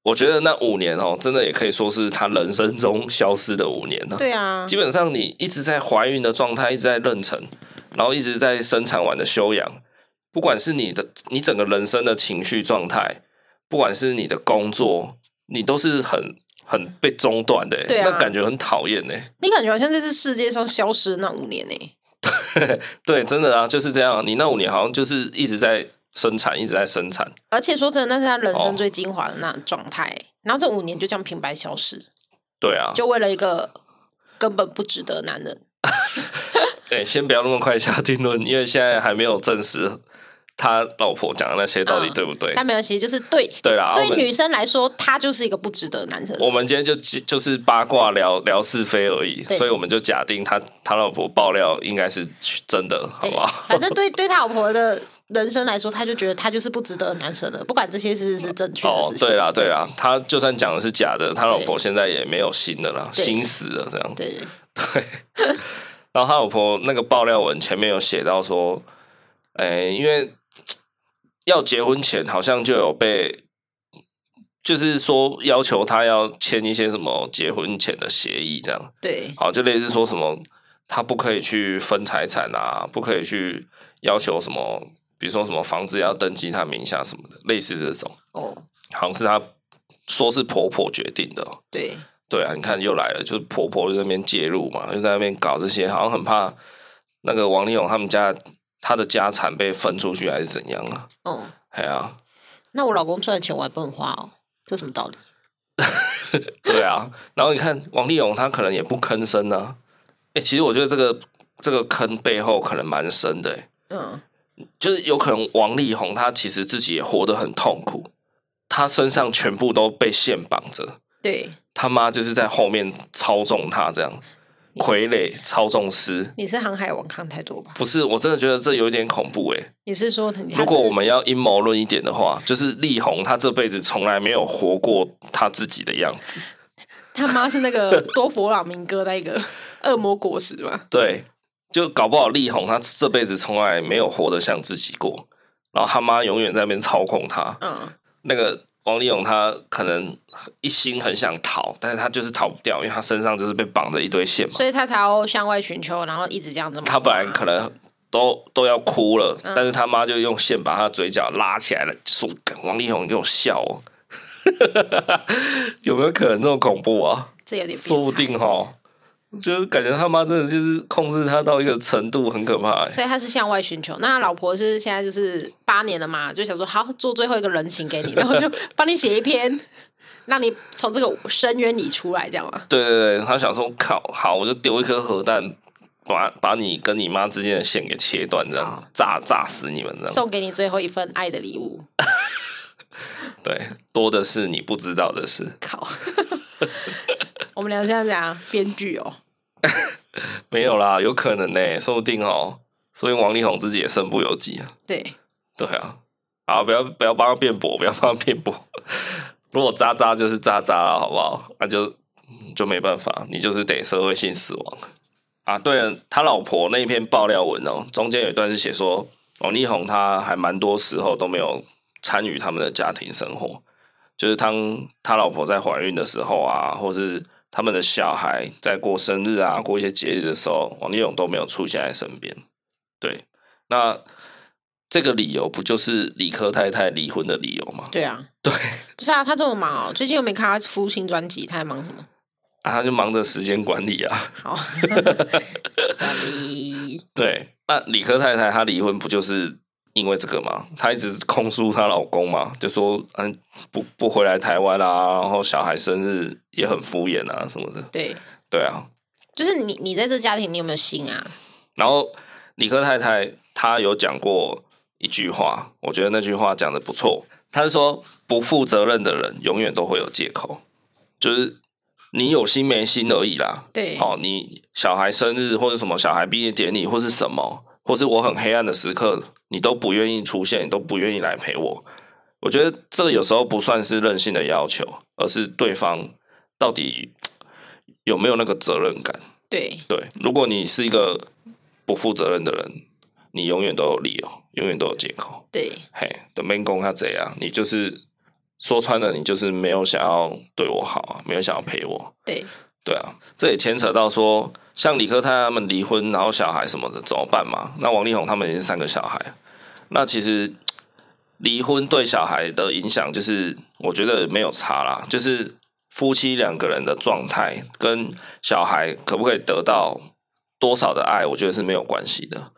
[SPEAKER 1] 我觉得那五年哦，真的也可以说是他人生中消失的五年了、
[SPEAKER 2] 对啊，
[SPEAKER 1] 基本上你一直在怀孕的状态，一直在妊娠，然后一直在生产完的休养，不管是你的你整个人生的情绪状态，不管是你的工作，你都是很很被中断的欸、
[SPEAKER 2] 对啊
[SPEAKER 1] 那感觉很讨厌欸呢。
[SPEAKER 2] 你感觉好像在这世界上消失那五年诶、欸
[SPEAKER 1] 对，真的啊，就是这样。你那五年好像就是一直在生产，一直在生产。
[SPEAKER 2] 而且说真的，那是他人
[SPEAKER 1] 哦
[SPEAKER 2] 生最精华的那种状态欸、然后这五年就这样平白消失，
[SPEAKER 1] 对啊，
[SPEAKER 2] 就为了一个根本不值得的男人。
[SPEAKER 1] 哎、先不要那么快下定论，因为现在还没有证实他老婆讲的那些到底
[SPEAKER 2] 嗯
[SPEAKER 1] 对不对。
[SPEAKER 2] 但没关系，就是对
[SPEAKER 1] 对啦，我
[SPEAKER 2] 对
[SPEAKER 1] 们
[SPEAKER 2] 女生来说，他就是一个不值得的男人。
[SPEAKER 1] 我们今天就只就是八卦聊聊是非而已，
[SPEAKER 2] 对
[SPEAKER 1] 所以我们就假定他他老婆爆料应该是真的，好
[SPEAKER 2] 对
[SPEAKER 1] 不，好？
[SPEAKER 2] 反正对对他老婆的人生来说，他就觉得他就是不值得的男生了，不管这些事是正确的
[SPEAKER 1] 哦
[SPEAKER 2] 事，情。
[SPEAKER 1] 对啦，对啦，他就算讲的是假的，他老
[SPEAKER 2] 对
[SPEAKER 1] 婆现在也没有心了啦，
[SPEAKER 2] 对
[SPEAKER 1] 心死了这样。
[SPEAKER 2] 对
[SPEAKER 1] 然后他老婆那个爆料文前面有写到说，哎、因为要结婚前好像就有被，就是说要求他要签一些什么结婚前的协议这样。
[SPEAKER 2] 对
[SPEAKER 1] 好，就类似说什么，他不可以去分财产啊，不可以去要求什么，比如说什么房子要登记他名下什么的，类似这种，
[SPEAKER 2] 哦
[SPEAKER 1] 好像是他说是婆婆决定的哦。
[SPEAKER 2] 对
[SPEAKER 1] 对啊，你看又来了，就是婆婆就在那边介入嘛，就在那边搞这些，好像很怕那个王力宏他们家他的家产被分出去还是怎样啊？
[SPEAKER 2] 哦，
[SPEAKER 1] 哎呀、啊，
[SPEAKER 2] 那我老公赚的钱我还不能花哦，这什么道理？
[SPEAKER 1] 对啊，然后你看王力宏他可能也不吭声啊。哎、其实我觉得这个这个坑背后可能蛮深的、欸，
[SPEAKER 2] 嗯，
[SPEAKER 1] 就是有可能王力宏他其实自己也活得很痛苦，他身上全部都被线绑着，
[SPEAKER 2] 对，
[SPEAKER 1] 他妈就是在后面操纵他这样，傀儡操纵师。
[SPEAKER 2] 你是航海王看太多吧？
[SPEAKER 1] 不是，我真的觉得这有一点恐怖诶、欸
[SPEAKER 2] 你是说你他
[SPEAKER 1] 如果
[SPEAKER 2] 是
[SPEAKER 1] 我们要阴谋论一点的话，就是力宏他这辈子从来没有活过他自己的样子。
[SPEAKER 2] 他妈是那个多佛朗明哥那个 [laughs] 恶魔果实吗？
[SPEAKER 1] 对，就搞不好力宏他这辈子从来没有活得像自己过，然后他妈永远在那边操控他。
[SPEAKER 2] 嗯，
[SPEAKER 1] 那个王力宏他可能一心很想逃，但是他就是逃不掉，因为他身上就是被绑着一堆线嘛。
[SPEAKER 2] 所以他才要向外寻求，然后一直这样子。
[SPEAKER 1] 他本来可能都都要哭了，
[SPEAKER 2] 嗯
[SPEAKER 1] 但是他妈就用线把他嘴角拉起来了，说：“干王力宏，你给我笑哦！” [laughs] 有没有可能这么恐怖啊？
[SPEAKER 2] 这有点变态
[SPEAKER 1] 说不定哈，就是感觉他妈真的就是控制他到一个程度，很可怕、欸。
[SPEAKER 2] 所以他是向外寻求。那他老婆是现在就是八年了嘛，就想说好做最后一个人情给你，
[SPEAKER 1] [laughs]
[SPEAKER 2] 然后就帮你写一篇，让你从这个深渊里出来，这样吗？
[SPEAKER 1] 对对对，他想说：“靠，好，我就丢一颗核弹。”把把你跟你妈之间的线给切断，这样
[SPEAKER 2] 好
[SPEAKER 1] 炸炸死你们这样。
[SPEAKER 2] 送给你最后一份爱的礼物。
[SPEAKER 1] 对，多的是你不知道的事。
[SPEAKER 2] 靠！ [laughs] 我们俩现在讲编剧哦，
[SPEAKER 1] 没有啦，有可能呢、说不定哦、所以王力宏自己也身不由己啊。
[SPEAKER 2] 对，
[SPEAKER 1] 对啊，好，不要不要帮他辩驳，不要帮他辩驳。如果渣渣就是渣渣了，好不好？那就就没办法，你就是得社会性死亡啊。对了，他老婆那篇爆料文哦，中间有一段是写说哦王力宏他还蛮多时候都没有参与他们的家庭生活，就是当他老婆在怀孕的时候啊，或是他们的小孩在过生日啊、过一些节日的时候，王力宏都没有出现在身边。对，那这个理由不就是理科太太离婚的理由吗？
[SPEAKER 2] 对啊，
[SPEAKER 1] 对，
[SPEAKER 2] 不是啊，他这么忙哦，最近又没看他出新专辑，他还忙什么？
[SPEAKER 1] 啊，他就忙着时间管理啊。 [laughs]
[SPEAKER 2] 好 [laughs] ，sorry，
[SPEAKER 1] 对，那理科太太她离婚不就是因为这个吗？她一直控诉她老公嘛，就说嗯不不回来台湾啊，然后小孩生日也很敷衍啊什么的。
[SPEAKER 2] 对，
[SPEAKER 1] 对啊，
[SPEAKER 2] 就是你，你在这家庭你有没有心啊？
[SPEAKER 1] 然后理科太太她有讲过一句话，我觉得那句话讲的不错。她是说，不负责任的人永远都会有借口，就是你有心没心而已啦。
[SPEAKER 2] 对，
[SPEAKER 1] 哦，你小孩生日或者什么小孩毕业典礼或是什么，或是我很黑暗的时刻，你都不愿意出现，你都不愿意来陪我。我觉得这有时候不算是任性的要求，而是对方到底有没有那个责任感。
[SPEAKER 2] 对，
[SPEAKER 1] 对，如果你是一个不负责任的人，你永远都有理由，永远都有借口。
[SPEAKER 2] 对，
[SPEAKER 1] 嘿，的面工他怎啊样？你就是说穿了，你就是没有想要对我好啊，没有想要陪我。
[SPEAKER 2] 对，
[SPEAKER 1] 对啊，这也牵扯到说，像理科太他们离婚，然后小孩什么的怎么办嘛？那王力宏他们也是三个小孩，那其实离婚对小孩的影响，就是我觉得没有差啦，就是夫妻两个人的状态跟小孩可不可以得到多少的爱，我觉得是没有关系的，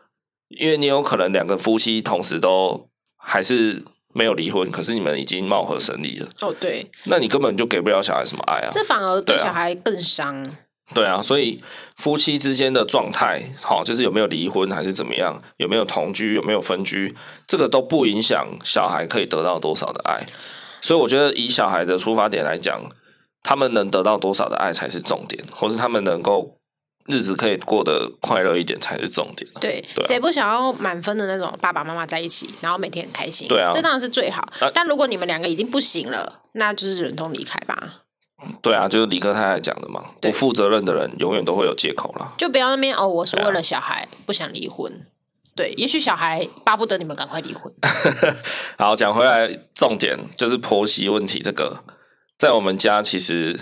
[SPEAKER 1] 因为你有可能两个夫妻同时都还是没有离婚，可是你们已经貌合神离了，
[SPEAKER 2] 哦，对，
[SPEAKER 1] 那你根本就给不了小孩什么爱啊。
[SPEAKER 2] 这反而对
[SPEAKER 1] 对啊
[SPEAKER 2] 小孩更伤。
[SPEAKER 1] 对啊，所以夫妻之间的状态，好、就是有没有离婚还是怎么样，有没有同居，有没有分居，这个都不影响小孩可以得到多少的爱。所以我觉得以小孩的出发点来讲，他们能得到多少的爱才是重点，或是他们能够日子可以过得快乐一点才是重点。
[SPEAKER 2] 对，
[SPEAKER 1] 对啊
[SPEAKER 2] 谁不想要满分的那种爸爸妈妈在一起，然后每天很开心？
[SPEAKER 1] 对啊
[SPEAKER 2] 这当然是最好
[SPEAKER 1] 啊。
[SPEAKER 2] 但如果你们两个已经不行了，那就是忍痛离开吧，
[SPEAKER 1] 对啊，就是理科太太讲的嘛，
[SPEAKER 2] 对
[SPEAKER 1] 不负责任的人永远都会有借口啦。
[SPEAKER 2] 就不要那边哦，我是
[SPEAKER 1] 对啊
[SPEAKER 2] 为了小孩不想离婚。对，也许小孩巴不得你们赶快离
[SPEAKER 1] [laughs]
[SPEAKER 2] 婚。
[SPEAKER 1] 好，讲回来，重点就是婆媳问题这个，在我们家其实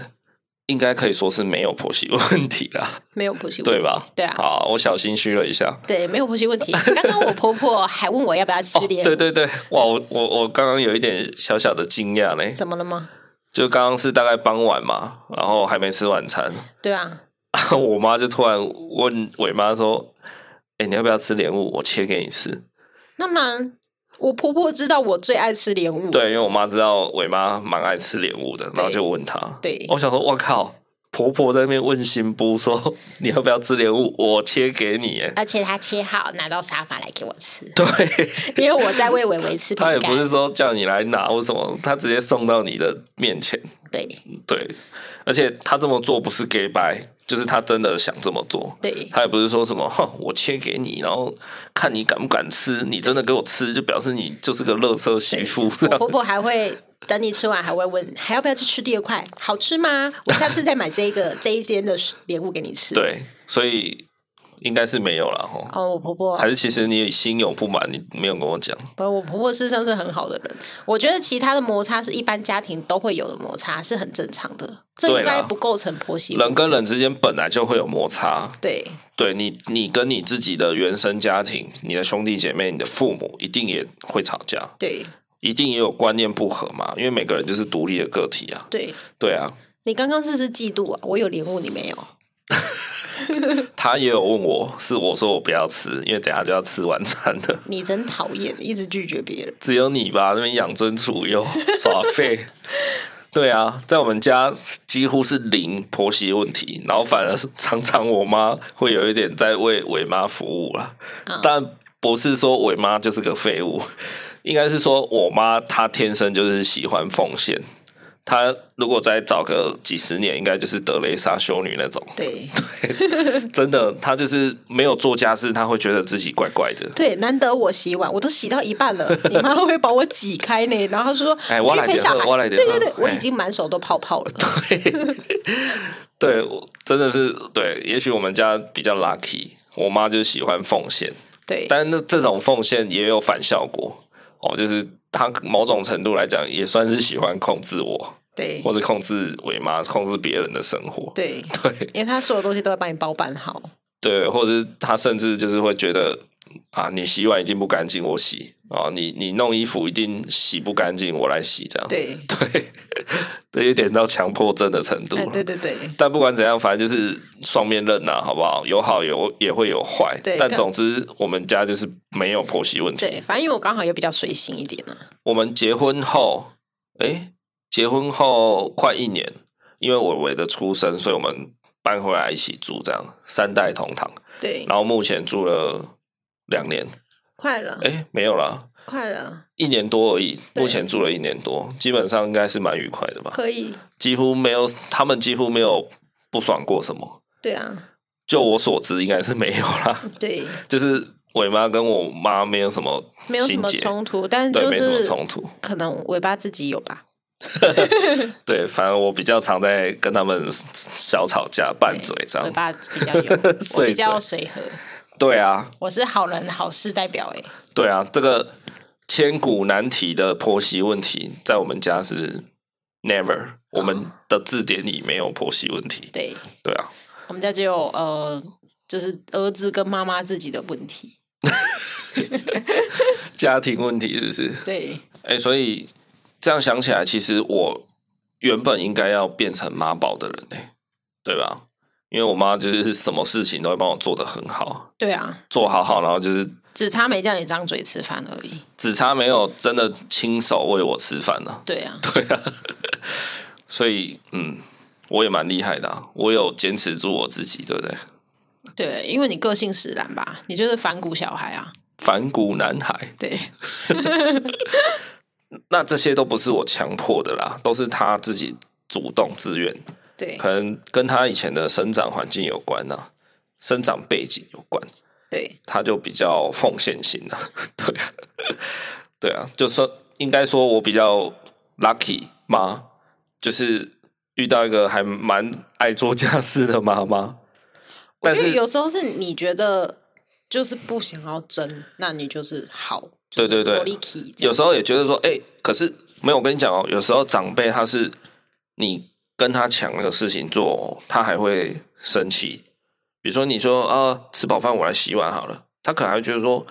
[SPEAKER 1] 应该可以说是没有婆媳问题啦，
[SPEAKER 2] 没有婆媳问
[SPEAKER 1] 对
[SPEAKER 2] 题，
[SPEAKER 1] 吧？
[SPEAKER 2] 对啊
[SPEAKER 1] 好，我小心虚了一下。
[SPEAKER 2] 对，没有婆媳问题。刚刚我婆婆还问我要不要吃
[SPEAKER 1] [laughs] 哦，
[SPEAKER 2] 莲，
[SPEAKER 1] 对对对，哇，我我我刚刚有一点小小的惊讶嘞，
[SPEAKER 2] 怎么了吗？
[SPEAKER 1] 就刚刚是大概傍晚嘛，然后还没吃晚餐，
[SPEAKER 2] 对啊，
[SPEAKER 1] 我妈就突然问伟妈说：“哎、你要不要吃莲雾？我切给你吃。”
[SPEAKER 2] 那当然，我婆婆知道我最爱吃莲雾，
[SPEAKER 1] 对，因为我妈知道伟妈蛮爱吃莲雾的，然后就问她。
[SPEAKER 2] 对
[SPEAKER 1] 我想说，我靠，婆婆在那边问新妇说你要不要吃莲雾，我切给你耶。 [laughs]，
[SPEAKER 2] 而且她切好拿到沙发来给我吃 [laughs]
[SPEAKER 1] 对，
[SPEAKER 2] 因为我在喂伟伟吃饼
[SPEAKER 1] 她也不是
[SPEAKER 2] 干。
[SPEAKER 1] 说叫你来拿或什么，她直接送到你的面前。
[SPEAKER 2] 对
[SPEAKER 1] 对，而且她这么做不是 gay 白，就是她真的想这么做。
[SPEAKER 2] 对
[SPEAKER 1] 她也不是说什么，哼，我切给你，然后看你敢不敢吃。你真的给我吃，就表示你就是个乐色媳妇。这
[SPEAKER 2] 我
[SPEAKER 1] 样
[SPEAKER 2] 婆婆还会等你吃完，还会问还要不要去吃第二块，好
[SPEAKER 1] [laughs]
[SPEAKER 2] 吃吗？我下次再买这一个这一间的莲雾给你吃。，
[SPEAKER 1] 对，所以应该是没有了吼。
[SPEAKER 2] 哦，我婆婆
[SPEAKER 1] 还是其实你心有不满，你没有跟我讲。
[SPEAKER 2] 不，我婆婆事实上是很好的人。我觉得其他的摩擦是一般家庭都会有的摩擦，是很正常的。这
[SPEAKER 1] 对
[SPEAKER 2] 应该
[SPEAKER 1] 啦
[SPEAKER 2] 不构成婆媳问
[SPEAKER 1] 人跟人之间本来就会有摩擦，
[SPEAKER 2] 对
[SPEAKER 1] 对你，你跟你自己的原生家庭、你的兄弟姐妹、你的父母，一定也会吵架，
[SPEAKER 2] 对
[SPEAKER 1] 一定也有观念不合嘛。因为每个人就是独立的个体啊，
[SPEAKER 2] 对，
[SPEAKER 1] 对啊。
[SPEAKER 2] 你刚刚是不是嫉妒啊？我有莲雾，你没有。
[SPEAKER 1] 他也有问我，是我说我不要吃，因为等下就要吃晚餐了。
[SPEAKER 2] 你真讨厌，一直拒绝别人。
[SPEAKER 1] 只有你吧，那边养尊处优耍废。对啊，在我们家几乎是零婆媳问题，然后反而是常常我妈会有一点在为伟妈服务啦，
[SPEAKER 2] 嗯
[SPEAKER 1] 但不是说伟妈就是个废物，应该是说我妈她天生就是喜欢奉献，她如果再找个几十年，应该就是德蕾莎修女那种，
[SPEAKER 2] 对
[SPEAKER 1] 真的，她就是没有做家事，她会觉得自己怪怪的。
[SPEAKER 2] 对，难得我洗碗，我都洗到一半了，你妈会把我挤开呢。然后她说：“
[SPEAKER 1] 哎
[SPEAKER 2] 你
[SPEAKER 1] 我
[SPEAKER 2] 去
[SPEAKER 1] 来
[SPEAKER 2] 陪
[SPEAKER 1] 点
[SPEAKER 2] 小
[SPEAKER 1] 喝
[SPEAKER 2] 孩。”
[SPEAKER 1] 我来
[SPEAKER 2] 对
[SPEAKER 1] 点
[SPEAKER 2] 对
[SPEAKER 1] 喝
[SPEAKER 2] 对，我
[SPEAKER 1] 哎
[SPEAKER 2] 已经满手都泡泡了。
[SPEAKER 1] 对，我真的是对，也许我们家比较 lucky，我妈就喜欢奉献，
[SPEAKER 2] 对
[SPEAKER 1] 但那这种奉献也有反效果哦，就是她某种程度来讲也算是喜欢控制我，
[SPEAKER 2] 对
[SPEAKER 1] 或者控制伟妈，控制别人的生活，
[SPEAKER 2] 对，
[SPEAKER 1] [laughs] 对
[SPEAKER 2] 因为她所有东西都会帮你包
[SPEAKER 1] [laughs]
[SPEAKER 2] 办好。
[SPEAKER 1] 对，或者是她甚至就是会觉得啊，你洗碗一定不干净，我洗啊、你你弄衣服一定洗不干净，我来洗这样，
[SPEAKER 2] 对，
[SPEAKER 1] 对， [laughs] 这有点到强迫症的程度了，
[SPEAKER 2] 哎，对
[SPEAKER 1] [laughs]
[SPEAKER 2] 对对。
[SPEAKER 1] 但不管怎样，反正就是双面刃呐、啊好不好？有好有也会有坏
[SPEAKER 2] 对，
[SPEAKER 1] 但
[SPEAKER 2] 更
[SPEAKER 1] 总之我们家就是没有婆媳问
[SPEAKER 2] 对，
[SPEAKER 1] 题。
[SPEAKER 2] 反正因为我刚好也比较随性一点啊。
[SPEAKER 1] 我们结婚后，诶、结婚后快一年，因为伟伟的出生，所以我们搬回来一起住，这样三代同堂。
[SPEAKER 2] 对，
[SPEAKER 1] 然后目前住了两年，
[SPEAKER 2] 快了，
[SPEAKER 1] 诶、没有啦，
[SPEAKER 2] 快了，
[SPEAKER 1] 一年多而已，
[SPEAKER 2] 对
[SPEAKER 1] 目前住了一年多，基本上应该是蛮愉快的吧，
[SPEAKER 2] 可以，
[SPEAKER 1] 几乎没有，他们几乎没有不爽过什么，
[SPEAKER 2] 对啊，
[SPEAKER 1] 就我所知应该是没有啦，
[SPEAKER 2] 对，
[SPEAKER 1] 就是伟妈跟我妈没有什么
[SPEAKER 2] 没有什
[SPEAKER 1] 心
[SPEAKER 2] 么
[SPEAKER 1] 结，
[SPEAKER 2] 冲突，但
[SPEAKER 1] 对，
[SPEAKER 2] 就
[SPEAKER 1] 没什么
[SPEAKER 2] 是
[SPEAKER 1] 冲突，
[SPEAKER 2] 可能尾巴自己有吧，
[SPEAKER 1] 对，反正我比较常在跟他们小吵架、拌嘴这
[SPEAKER 2] 尾
[SPEAKER 1] 样，
[SPEAKER 2] 巴比较
[SPEAKER 1] [laughs]
[SPEAKER 2] 有，我
[SPEAKER 1] 碎
[SPEAKER 2] 比较
[SPEAKER 1] 嘴
[SPEAKER 2] 随和，
[SPEAKER 1] 对啊，
[SPEAKER 2] 我是好人好事代表哎、欸，
[SPEAKER 1] 对啊，这个千古难题的婆媳问题，在我们家是 never，、我们的字典里没有婆媳问题。
[SPEAKER 2] 对
[SPEAKER 1] 对啊，
[SPEAKER 2] 我们家只有呃，就是儿子跟妈妈自己的问题，
[SPEAKER 1] 家庭问题是不是？
[SPEAKER 2] 对，
[SPEAKER 1] 哎、所以这样想起来，其实我原本应该要变成妈宝的人呢、对吧？因为我妈就是什么事情都会帮我做得很好，
[SPEAKER 2] 对啊，
[SPEAKER 1] 做好好，然后就是
[SPEAKER 2] 只差没叫你张嘴吃饭而已，
[SPEAKER 1] 只差没有真的亲手喂我吃饭了。
[SPEAKER 2] 对啊，
[SPEAKER 1] 对啊，所以嗯，我也蛮厉害的、啊，我有坚持住我自己，对不对？
[SPEAKER 2] 对，因为你个性使然吧，你就是反骨小孩啊，
[SPEAKER 1] 反骨男孩，
[SPEAKER 2] 对，
[SPEAKER 1] 那这些都不是我强迫的啦，都是他自己主动自愿，
[SPEAKER 2] 对，
[SPEAKER 1] 可能跟他以前的生长环境有关啊，生长背景有关，
[SPEAKER 2] 对，
[SPEAKER 1] 他就比较奉献型啊， [laughs] 对啊，对啊，就说应该说我比较 lucky 吗？就是遇到一个还蛮爱做家事的妈妈，但
[SPEAKER 2] 因
[SPEAKER 1] 是
[SPEAKER 2] 为有时候是你觉得就是不想要争，那你就是好，
[SPEAKER 1] 对对对
[SPEAKER 2] 就是 Poliki 这
[SPEAKER 1] 有
[SPEAKER 2] 样
[SPEAKER 1] 时候也觉得说，哎、可是没有，我跟你讲哦，有时候长辈他是你跟他抢那个事情做哦，他还会生气。比如说你说啊，吃饱饭我来洗碗好了，他可能还会觉得说，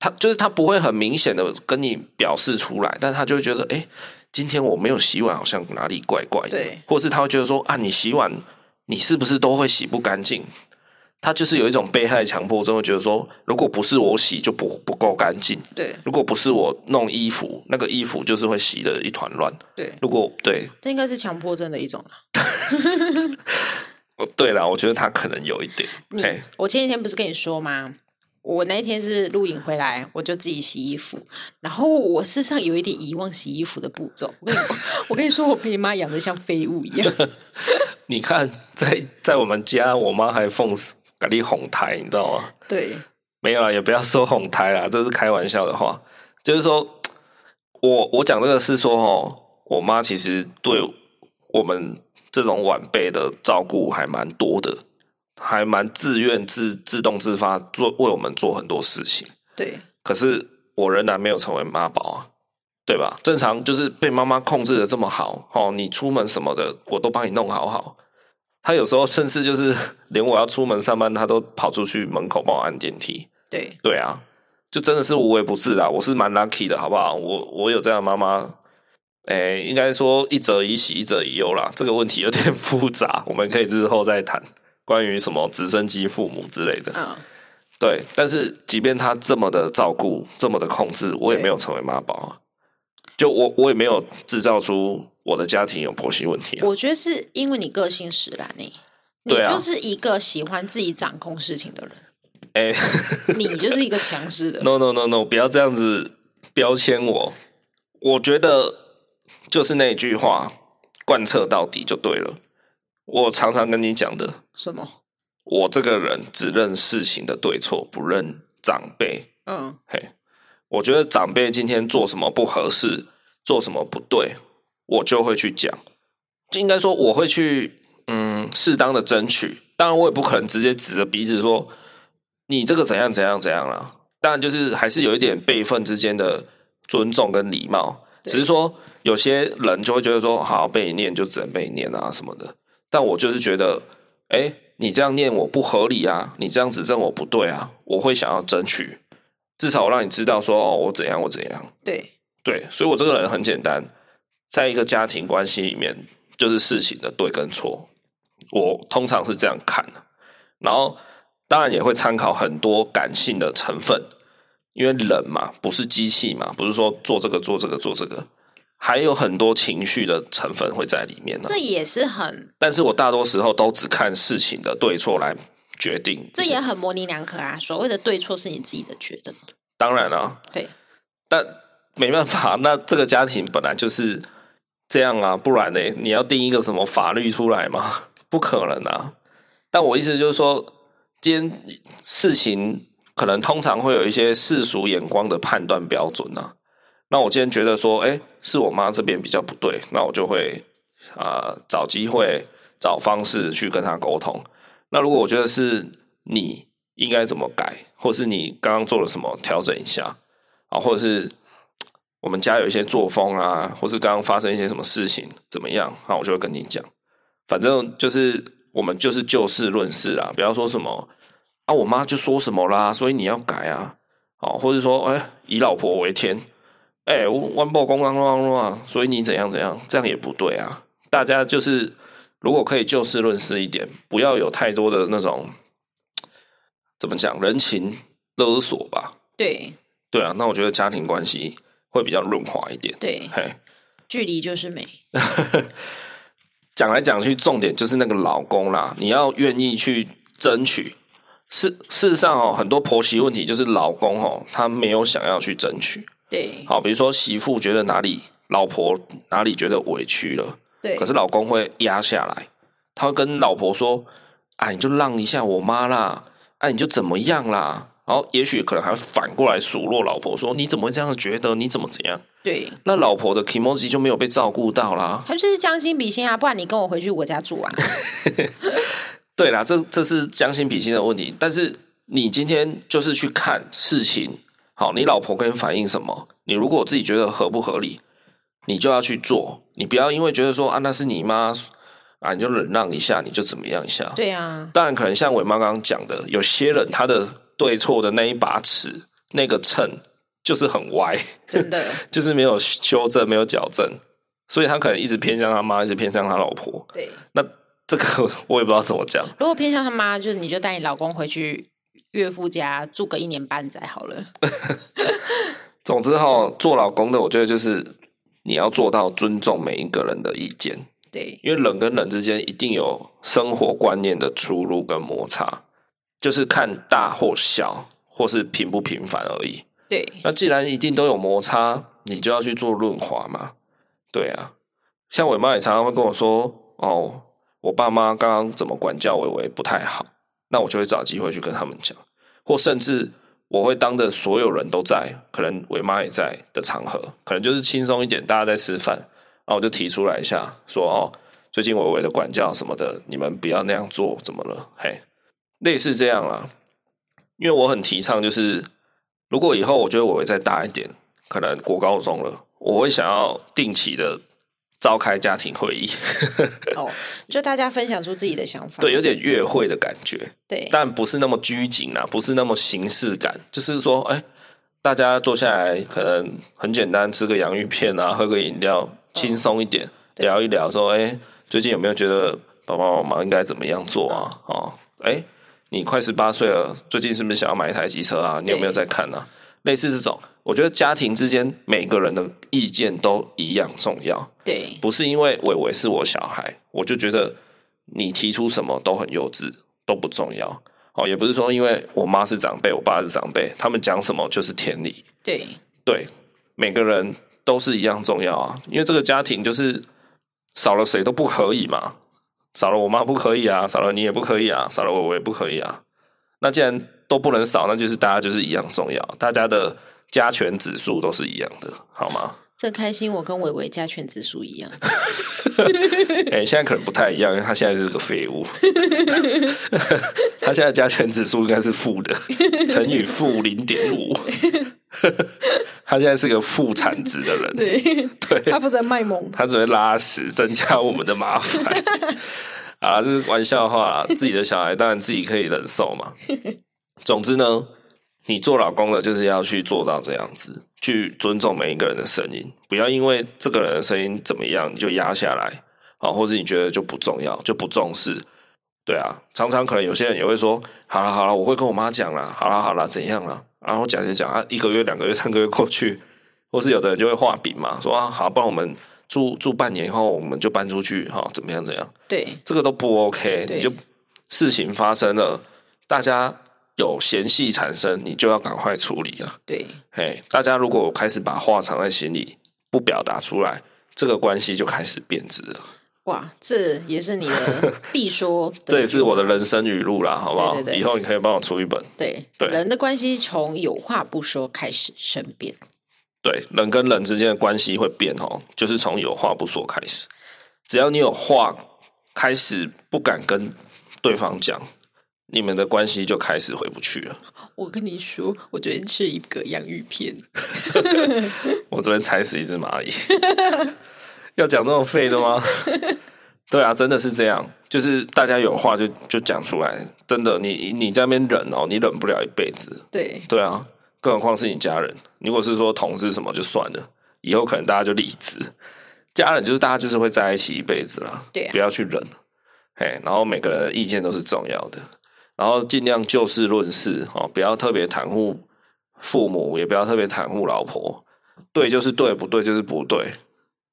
[SPEAKER 1] 他就是他不会很明显的跟你表示出来，但他就会觉得，哎、今天我没有洗碗，好像哪里怪怪的
[SPEAKER 2] 对，
[SPEAKER 1] 或是他会觉得说啊，你洗碗你是不是都会洗不干净？他就是有一种被害强迫症，会觉得说，如果不是我洗，就不不够干净。
[SPEAKER 2] 对
[SPEAKER 1] 如果不是我弄衣服，那个衣服就是会洗的一团乱。
[SPEAKER 2] 对，
[SPEAKER 1] 如果对，
[SPEAKER 2] 这应该是强迫症的一种啊。
[SPEAKER 1] 哦对啦，我觉得他可能有一点，
[SPEAKER 2] 你
[SPEAKER 1] 哎，
[SPEAKER 2] 我前几天不是跟你说吗？我那一天是露营回来，我就自己洗衣服，然后我身上有一点遗忘洗衣服的步骤。我跟你我跟你说，我 [laughs] 被你妈养的像废物一
[SPEAKER 1] [laughs]
[SPEAKER 2] 样。
[SPEAKER 1] 你看，在在我们家，我妈还奉给你哄抬，你知道吗？
[SPEAKER 2] 对
[SPEAKER 1] 没有啦，也不要说哄抬啦，这是开玩笑的话。就是说，我我讲这个是说哦，我妈其实对我们这种晚辈的照顾还蛮多的，还蛮自愿自自动自发做为我们做很多事情。
[SPEAKER 2] 对
[SPEAKER 1] 可是我仍然没有成为妈宝啊，对吧？正常就是被妈妈控制的这么好，哦，你出门什么的我都帮你弄好好。他有时候甚至就是 [laughs] 连我要出门上班，他都跑出去门口帮我按电梯。
[SPEAKER 2] 对
[SPEAKER 1] 对啊，就真的是无微不至啦。啊我是蛮 lucky 的，好不好？我我有这样的妈妈，诶、应该说一者以喜，一者以忧啦。这个问题有点 [laughs] 复杂，我们可以日后再谈关于什么直升机父母之类的。
[SPEAKER 2] 嗯，
[SPEAKER 1] 对，但是即便他这么的照顾，这么的控制，我也没有成为妈宝啊。就我，我也没有制造出我的家庭有婆媳问题啊。
[SPEAKER 2] 我觉得是因为你个性使然呢、你
[SPEAKER 1] 对啊
[SPEAKER 2] 就是一个喜欢自己掌控事情的人，
[SPEAKER 1] 哎、
[SPEAKER 2] 你就是一个强势的人。
[SPEAKER 1] n o [laughs] no no no，不要这样子标签我。我觉得就是那句话，贯彻到底就对了。我常常跟你讲的，
[SPEAKER 2] 什么？
[SPEAKER 1] 我这个人只认事情的对错，不认长辈。
[SPEAKER 2] 嗯，
[SPEAKER 1] 嘿，我觉得长辈今天做什么不合适，做什么不对，我就会去讲。应该说我会去，嗯，适当的争取。当然，我也不可能直接指着鼻子说你这个怎样怎样怎样啦。当然，就是还是有一点辈分之间的尊重跟礼貌。
[SPEAKER 2] 对
[SPEAKER 1] 只是说有些人就会觉得说，好被你念就只能被你念啊什么的。但我就是觉得，哎、你这样念我不合理啊，你这样指正我不对啊，我会想要争取。至少我让你知道说哦，我怎样，我怎样。
[SPEAKER 2] 对
[SPEAKER 1] 对，所以我这个人很简单，在一个家庭关系里面，就是事情的对跟错，我通常是这样看的。然后当然也会参考很多感性的成分，因为人嘛，不是机器嘛，不是说做这个做这个做这个，还有很多情绪的成分会在里面、啊
[SPEAKER 2] 这。也是很，
[SPEAKER 1] 但是我大多时候都只看事情的对错来决定。
[SPEAKER 2] 这也很模棱两可啊。所谓的对错是你自己的觉得嘛，
[SPEAKER 1] 当然啦、
[SPEAKER 2] 对
[SPEAKER 1] 但没办法，那这个家庭本来就是这样啊，不然呢，你要定一个什么法律出来吗？不可能啊。但我意思就是说，今天事情可能通常会有一些世俗眼光的判断标准啊。那我今天觉得说，哎、是我妈这边比较不对，那我就会啊、找机会、找方式去跟她沟通。那如果我觉得是你应该怎么改，或是你刚刚做了什么调整一下啊，或者是我们家有一些作风啊，或是刚刚发生一些什么事情怎么样，啊那我就会跟你讲。反正就是我们就是就事论事啊，不要说什么啊，我妈就说什么啦，所以你要改啊，哦，或者说哎、以老婆为天，哎、我弯报公安乱乱，所以你怎样怎样，这样也不对啊。大家就是如果可以就事论事一点，不要有太多的那种怎么讲人情勒索吧。
[SPEAKER 3] 对
[SPEAKER 1] 对啊，那我觉得家庭关系会比较润滑一点。
[SPEAKER 3] 对，
[SPEAKER 1] 嘿，
[SPEAKER 3] 距离就是美。
[SPEAKER 1] 讲来讲去，重点就是那个老公啦，你要愿意去争取。事事实上哦，很多婆媳问题就是老公哦，他没有想要去争取。
[SPEAKER 3] 对
[SPEAKER 1] 好，比如说媳妇觉得哪里，老婆哪里觉得委屈了，
[SPEAKER 3] 对
[SPEAKER 1] 可是老公会压下来，他会跟老婆说：“啊，你就让一下我妈啦，啊，你就怎么样啦。”然后也许可能还反过来数落老婆说：“你怎么会这样觉得？你怎么怎样
[SPEAKER 3] 对，？”
[SPEAKER 1] 那老婆的 k i m o j i 就没有被照顾到啦。
[SPEAKER 3] 他就是将心比心啊，不然你跟我回去我家住
[SPEAKER 1] [laughs]
[SPEAKER 3] 啊。
[SPEAKER 1] 对啦，这这是将心比心的问题。但是你今天就是去看事情，好，你老婆跟你反映什么，你如果自己觉得合不合理，你就要去做，你不要因为觉得说啊那是你妈啊，你就忍让一下，你就怎么样一下。
[SPEAKER 3] 对啊，
[SPEAKER 1] 当然，可能像伟妈刚刚讲的，有些人他的对错的那一把尺，那个秤就是很歪， [laughs]
[SPEAKER 3] 真的，
[SPEAKER 1] 就是没有修正，没有矫正，所以他可能一直偏向他妈，一直偏向他老婆。
[SPEAKER 3] 对。
[SPEAKER 1] 那这个我也不知道怎么讲。
[SPEAKER 3] 如果偏向他妈，就是你就带你老公回去岳父家住个一年半载好了。
[SPEAKER 1] 总之哈、做老公的，我觉得就是你要做到尊重每一个人的意见，
[SPEAKER 3] 对
[SPEAKER 1] 因为人跟人之间一定有生活观念的出入跟摩擦，就是看大或小，或是平不平凡而已。
[SPEAKER 3] 对
[SPEAKER 1] 那既然一定都有摩擦，你就要去做润滑嘛。对啊，像伟妈也常常会跟我说，哦，我爸妈刚刚怎么管教伟伟不太好，那我就会找机会去跟他们讲，或甚至我会当着所有人都在，可能伟妈也在的场合，可能就是轻松一点，大家在吃饭，然后我就提出来一下，说哦，最近伟伟的管教什么的，你们不要那样做，怎么了？嘿，类似这样啦。因为我很提倡，就是如果以后我觉得我会再大一点，可能国高中了，我会想要定期的召开家庭会议， [laughs]
[SPEAKER 3] 哦，就大家分享出自己的想法。
[SPEAKER 1] 对，有点约会的感觉，
[SPEAKER 3] 对
[SPEAKER 1] 但不是那么拘谨啊，不是那么形式感，就是说，哎、大家坐下来，可能很简单，吃个洋芋片啊， [laughs] 喝个饮料，轻松一点、
[SPEAKER 3] 嗯对
[SPEAKER 1] 聊一聊，说，哎、最近有没有觉得爸爸妈妈应该怎么样做啊？哦，哎、你快十八岁了，最近是不是想要买一台机车啊？你有没有在看啊？类似这种，我觉得家庭之间每个人的意见都一样重要。
[SPEAKER 3] 对
[SPEAKER 1] 不是因为伟伟是我小孩，我就觉得你提出什么都很幼稚，都不重要。哦，也不是说因为我妈是长辈，我爸是长辈，他们讲什么就是天理。
[SPEAKER 3] 对
[SPEAKER 1] 对，每个人都是一样重要啊，因为这个家庭就是少了谁都不可以嘛，少了我妈不可以啊，少了你也不可以啊，少了我我也不可以啊。那既然都不能少，那就是大家就是一样重要，大家的加权指数都是一样的，好吗？
[SPEAKER 3] 真开心，我跟伟伟加权指数一样。
[SPEAKER 1] 哎、现在可能不太一样，因为他现在是个废物， [laughs] 他现在加权指数应该是负的，乘以负零点五， [laughs] 他现在是个负产值的人，
[SPEAKER 3] 对，
[SPEAKER 1] 对，
[SPEAKER 3] 负责卖萌。
[SPEAKER 1] 他只会拉屎，增加我们的麻烦。 [laughs] 啊，这是玩笑话啦，自己的小孩当然自己可以忍受嘛。总之呢，你做老公的，就是要去做到这样子，去尊重每一个人的声音，不要因为这个人的声音怎么样你就压下来啊，或者你觉得就不重要，就不重视。对啊，常常可能有些人也会说，好了好了，我会跟我妈讲啦，好了好了，怎样啦？然后讲讲讲啊，一个月、两个月、三个月过去，或是有的人就会画饼嘛，说啊，好，不然我们住住半年以后，我们就搬出去，哈、怎么样怎么样？
[SPEAKER 3] [laughs] 对
[SPEAKER 1] 这个都不 OK，
[SPEAKER 3] 对
[SPEAKER 1] 你就事情发生了，大家有嫌隙产生，你就要赶快处理啊。
[SPEAKER 2] 对，
[SPEAKER 1] 嘿，大家如果开始把话藏在心里，不表达出来，这个关系就开始变质了。
[SPEAKER 2] 哇，这也是
[SPEAKER 1] [laughs]
[SPEAKER 2] 你的必说的一句话，
[SPEAKER 1] 这也是我的人生语录啦，好不好？
[SPEAKER 2] 对对对
[SPEAKER 1] 以后你可以帮我出一本。
[SPEAKER 2] 对
[SPEAKER 1] 对
[SPEAKER 2] 人的关系从有话不说开始生变。
[SPEAKER 1] 对，人跟人之间的关系会变哦，就是从有话不说开始。只要你有话开始不敢跟对方讲，你们的关系就开始回不去了。
[SPEAKER 2] 我跟你说，我昨天吃一个洋芋片，
[SPEAKER 1] 我昨天踩死一只蚂蚁， [laughs] 要讲这种废的吗？ [laughs] 对啊，真的是这样，就是大家有话就就讲出来，真的，你你在那边忍哦，你忍不了一辈子。
[SPEAKER 2] 对，
[SPEAKER 1] 对啊，更何况是你家人。如果是说同事什么就算了，以后可能大家就离职。家人就是大家就是会在一起一辈子啦，
[SPEAKER 2] 对啊
[SPEAKER 1] 不要去忍。哎，然后每个人的意见都是重要的，然后尽量就事论事哦，不要特别袒护父母，也不要特别袒护老婆。对就是对，不对就是不对，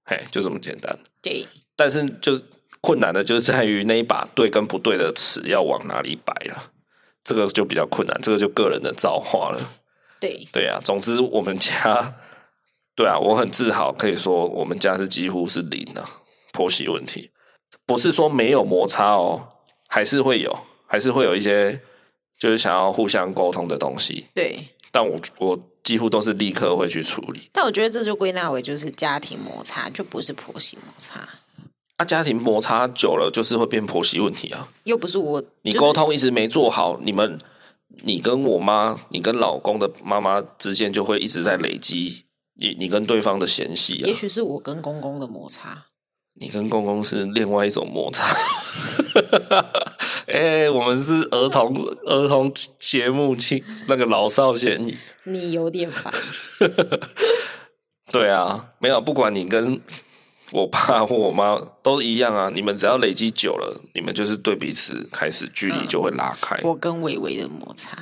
[SPEAKER 1] 嘿，就这么简单。
[SPEAKER 2] 对，
[SPEAKER 1] 但是就是困难的，就是在于那一把对跟不对的尺要往哪里摆了，这个就比较困难，这个就个人的造化了。
[SPEAKER 2] 对，
[SPEAKER 1] 对啊，总之我们家，对啊，我很自豪，可以说我们家是几乎是零啊，婆媳问题不是说没有摩擦哦，还是会有，还是会有一些就是想要互相沟通的东西，
[SPEAKER 2] 对。
[SPEAKER 1] 但我我几乎都是立刻会去处理。
[SPEAKER 2] 但我觉得这就归纳为就是家庭摩擦，就不是婆媳摩擦，
[SPEAKER 1] 啊，家庭摩擦久了就是会变婆媳问题啊。
[SPEAKER 2] 又不是我
[SPEAKER 1] 你
[SPEAKER 2] 就是
[SPEAKER 1] 沟通一直没做好，你们你跟我妈，你跟老公的妈妈之间就会一直在累积你你跟对方的嫌隙啊
[SPEAKER 2] 也。许是我跟公公的摩擦，
[SPEAKER 1] 你跟公公是另外一种摩擦。 [laughs] 哎、我们是儿童儿童节目亲那个老少咸宜。
[SPEAKER 2] 你有点烦。
[SPEAKER 1] 对啊，没有，不管你跟我爸或我妈都一样啊。你们只要累积久了，你们就是对彼此开始距离就会拉开。
[SPEAKER 2] 我跟伟伟的摩擦，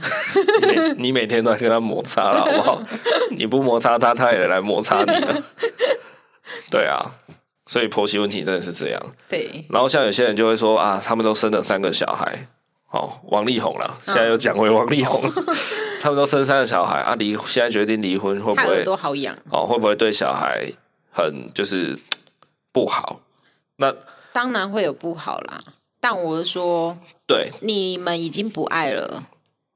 [SPEAKER 1] 你每你每天都在跟他摩擦了，好不好？ [laughs] 你不摩擦他，他也来摩擦你了。 [laughs] 对啊，所以婆媳问题真的是这样。
[SPEAKER 2] [laughs] 对，
[SPEAKER 1] 然后像有些人就会说啊，他们都生了三个小孩，哦，王力宏
[SPEAKER 2] 嗯
[SPEAKER 1] 了，现在又讲回王力
[SPEAKER 2] [laughs]
[SPEAKER 1] 宏，他们都生三个小孩啊，离现在决定离 [laughs] 婚会不
[SPEAKER 2] 他
[SPEAKER 1] 会
[SPEAKER 2] 耳朵好痒。
[SPEAKER 1] 哦，会不会对小孩很就是不好？那
[SPEAKER 2] 当然会有不好啦，但我是说，
[SPEAKER 1] 对
[SPEAKER 2] 你们已经不爱了，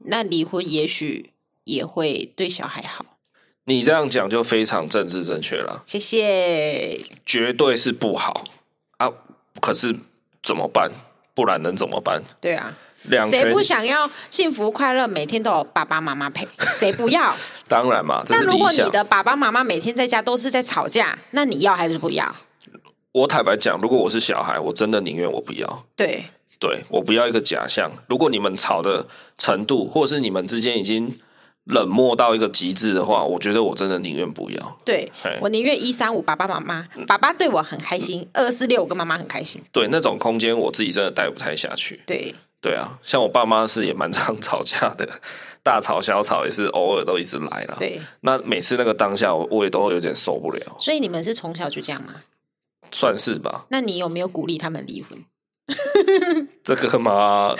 [SPEAKER 2] 那离婚也许也会对小孩好。
[SPEAKER 1] 你这样讲就非常政治正确了。
[SPEAKER 2] 谢谢。
[SPEAKER 1] 绝对是不好啊！可是怎么办？不然能怎么办？
[SPEAKER 2] 对啊，
[SPEAKER 1] 两
[SPEAKER 2] 谁
[SPEAKER 1] 全
[SPEAKER 2] 不想要幸福快乐，每天都有爸爸妈妈陪？谁不要？
[SPEAKER 1] 当然 [laughs] 嘛，这
[SPEAKER 2] 但
[SPEAKER 1] 是
[SPEAKER 2] 如
[SPEAKER 1] 理
[SPEAKER 2] 果
[SPEAKER 1] 想
[SPEAKER 2] 你。的爸爸妈妈每天在家都是在吵架，那你要还是不要？
[SPEAKER 1] 我坦白讲，如果我是小孩，我真的宁愿我不要。
[SPEAKER 2] 对
[SPEAKER 1] 对我不要一个假象。如果你们吵的程度，或者是你们之间已经冷漠到一个极致的话，我觉得我真的宁愿不要。
[SPEAKER 2] 对
[SPEAKER 1] 嘿，
[SPEAKER 2] 我宁愿一三五爸爸妈妈，
[SPEAKER 1] 嗯
[SPEAKER 2] 爸爸对我很开心；二四六我跟妈妈很开心。
[SPEAKER 1] 对那种空间，我自己真的待不太下去。
[SPEAKER 2] 对
[SPEAKER 1] 对啊，像我爸妈是也蛮常 [laughs] 吵架的，大吵小吵也是偶尔都一直来啦。
[SPEAKER 2] 对，
[SPEAKER 1] 那每次那个当下，我我也都会有点受不了。
[SPEAKER 2] 所以你们是从小就这样吗？
[SPEAKER 1] 算是吧，
[SPEAKER 2] 那你有没有鼓励他们离婚？
[SPEAKER 1] 这个嘛，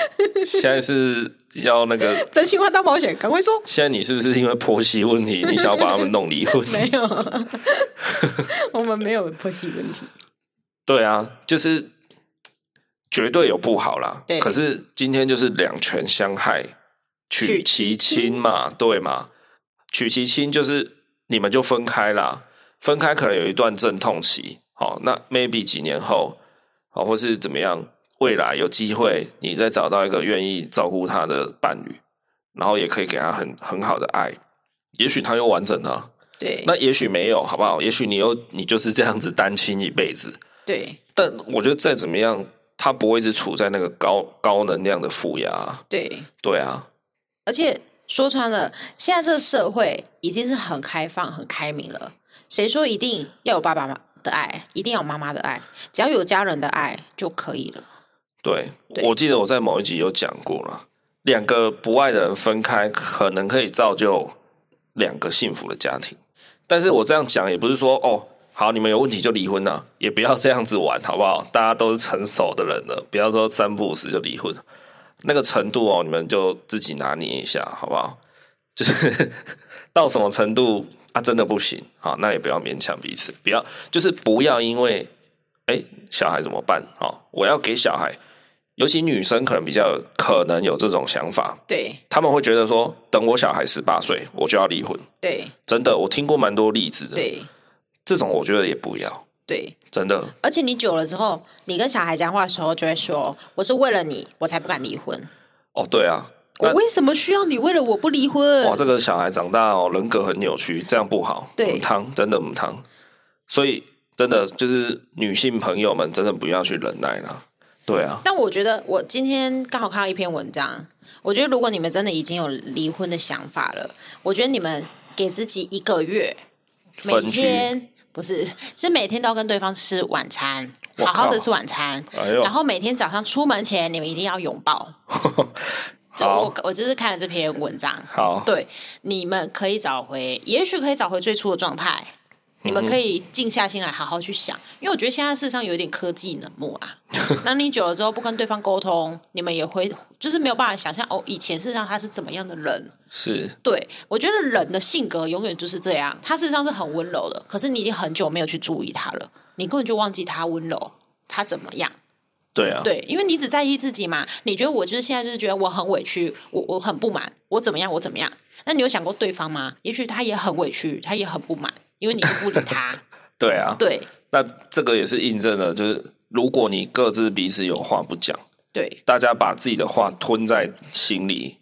[SPEAKER 1] 现在是要那个，
[SPEAKER 2] 真心话大冒险，赶快 [laughs] 说！
[SPEAKER 1] 现在你是不是因为婆媳问题，你想要把他们弄离婚？
[SPEAKER 2] [laughs] 没有，我们没有婆媳问题。
[SPEAKER 1] 对啊，就是绝对有不好啦。
[SPEAKER 2] 对
[SPEAKER 1] 可是今天就是两全相害，取
[SPEAKER 2] 取
[SPEAKER 1] 其
[SPEAKER 2] 其
[SPEAKER 1] 轻嘛，对嘛？取其轻就是你们就分开啦，分开可能有一段阵痛期，好、那 maybe 几年后，好、或是怎么样，未来有机会你再找到一个愿意照顾他的伴侣，然后也可以给他很很好的爱，也许他又完整了、
[SPEAKER 2] 对，
[SPEAKER 1] 那也许没有，好不好？也许你又你就是这样子单亲一辈子，
[SPEAKER 2] 对
[SPEAKER 1] 但我觉得再怎么样，他不会一直处在那个高高能量的负压啊。
[SPEAKER 2] 对，
[SPEAKER 1] 对啊，
[SPEAKER 2] 而且说穿了，现在这个社会已经是很开放、很开明了。谁说一定要有爸爸妈的爱，一定要有妈妈的爱？只要有家人的爱就可以了。
[SPEAKER 1] 对，
[SPEAKER 2] 对
[SPEAKER 1] 我记得我在某一集有讲过了，两个不爱的人分开，可能可以造就两个幸福的家庭。但是我这样讲也不是说哦，好，你们有问题就离婚呐、也不要这样子玩，好不好？大家都是成熟的人了，不要说三不五时就离婚。那个程度哦，你们就自己拿捏一下，好不好？ [laughs] 就是 [laughs] 到什么程度啊，真的不行，好，那也不要勉强彼此，不要就是不要因为哎、小孩怎么办？好，我要给小孩，尤其女生可能比较有可能有这种想法，
[SPEAKER 2] 对
[SPEAKER 1] 他们会觉得说，等我小孩十八岁，我就要离婚。
[SPEAKER 2] 对
[SPEAKER 1] 真的，我听过蛮多例子的。，
[SPEAKER 2] 对
[SPEAKER 1] 这种我觉得也不要，
[SPEAKER 2] 对，
[SPEAKER 1] 真的。
[SPEAKER 2] 而且你久了之后，你跟小孩讲话的时候就会说：“我是为了你，我才不敢离婚。
[SPEAKER 1] 哦，对啊，
[SPEAKER 2] 我
[SPEAKER 1] 那
[SPEAKER 2] 为什么需要你为了我不离婚？”
[SPEAKER 1] 哇，这个小孩长大哦，人格很扭曲，这样不好。
[SPEAKER 2] 对
[SPEAKER 1] 母汤真的母汤。所以真的就是女性朋友们，真的不要去忍耐啦。对啊，
[SPEAKER 2] 但我觉得我今天刚好看到一篇文章，我觉得如果你们真的已经有离婚的想法了，我觉得你们给自己一个月，每
[SPEAKER 1] 分居
[SPEAKER 2] 天不是是每天都要跟对方吃晚餐，
[SPEAKER 1] 我
[SPEAKER 2] 好好的
[SPEAKER 1] 靠
[SPEAKER 2] 吃晚餐，
[SPEAKER 1] 哎呦
[SPEAKER 2] 然，后每天早上出门前你们一定要拥抱。这我
[SPEAKER 1] 好
[SPEAKER 2] 我就是看了这篇文章，
[SPEAKER 1] 好，
[SPEAKER 2] 对，你们可以找回，也许可以找回最初的状态。你们可以静下心来，好好去想，因为我觉得现在世上有一点科技冷漠啊。那你久了之后不跟对方沟通，你们也会就是没有办法想象哦，以前世上他是怎么样的人。
[SPEAKER 1] 是
[SPEAKER 2] 对我觉得人的性格永远就是这样，他事实上是很温柔的，可是你已经很久没有去注意他了，你根本就忘记他温柔，他怎么样。
[SPEAKER 1] 对啊，
[SPEAKER 2] 对，因为你只在意自己嘛，你觉得我就是现在就是觉得我很委屈，我我很不满，我怎么样，我怎么样？那你有想过对方吗？也许他也很委屈，他也很不满，因为你都不理
[SPEAKER 1] [laughs]
[SPEAKER 2] 他。
[SPEAKER 1] 对啊。
[SPEAKER 2] 对
[SPEAKER 1] 那这个也是印证了，就是如果你各自彼此有话不讲，
[SPEAKER 2] 对
[SPEAKER 1] 大家把自己的话吞在心里，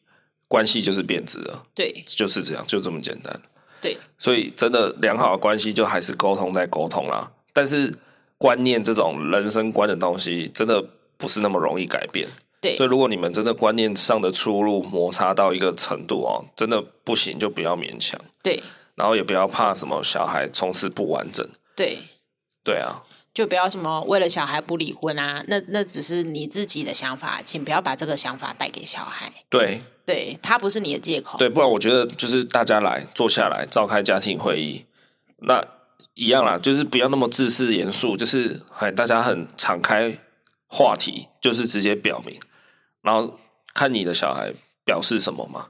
[SPEAKER 1] 关系就是变质了。
[SPEAKER 2] 对
[SPEAKER 1] 就是这样，就这么简单。
[SPEAKER 2] 对
[SPEAKER 1] 所以真的良好的关系就还是沟通在沟通啦。但是观念这种人生观的东西，真的不是那么容易改变。所
[SPEAKER 2] 对
[SPEAKER 1] 以如果你们真的观念上的出入摩擦到一个程度哦，真的不行就不要勉强，
[SPEAKER 2] 对
[SPEAKER 1] 然后也不要怕什么小孩从此不完整。
[SPEAKER 2] 对，
[SPEAKER 1] 对啊，
[SPEAKER 2] 就不要什么为了小孩不离婚啊，那那只是你自己的想法，请不要把这个想法带给小孩。
[SPEAKER 1] 对
[SPEAKER 2] 对他不是你的借口。
[SPEAKER 1] 对，不然我觉得就是大家来坐下来召开家庭会议，那一样啦，就是不要那么自私严肃，就是哎，大家很敞开话题，就是直接表明，然后看你的小孩表示什么嘛。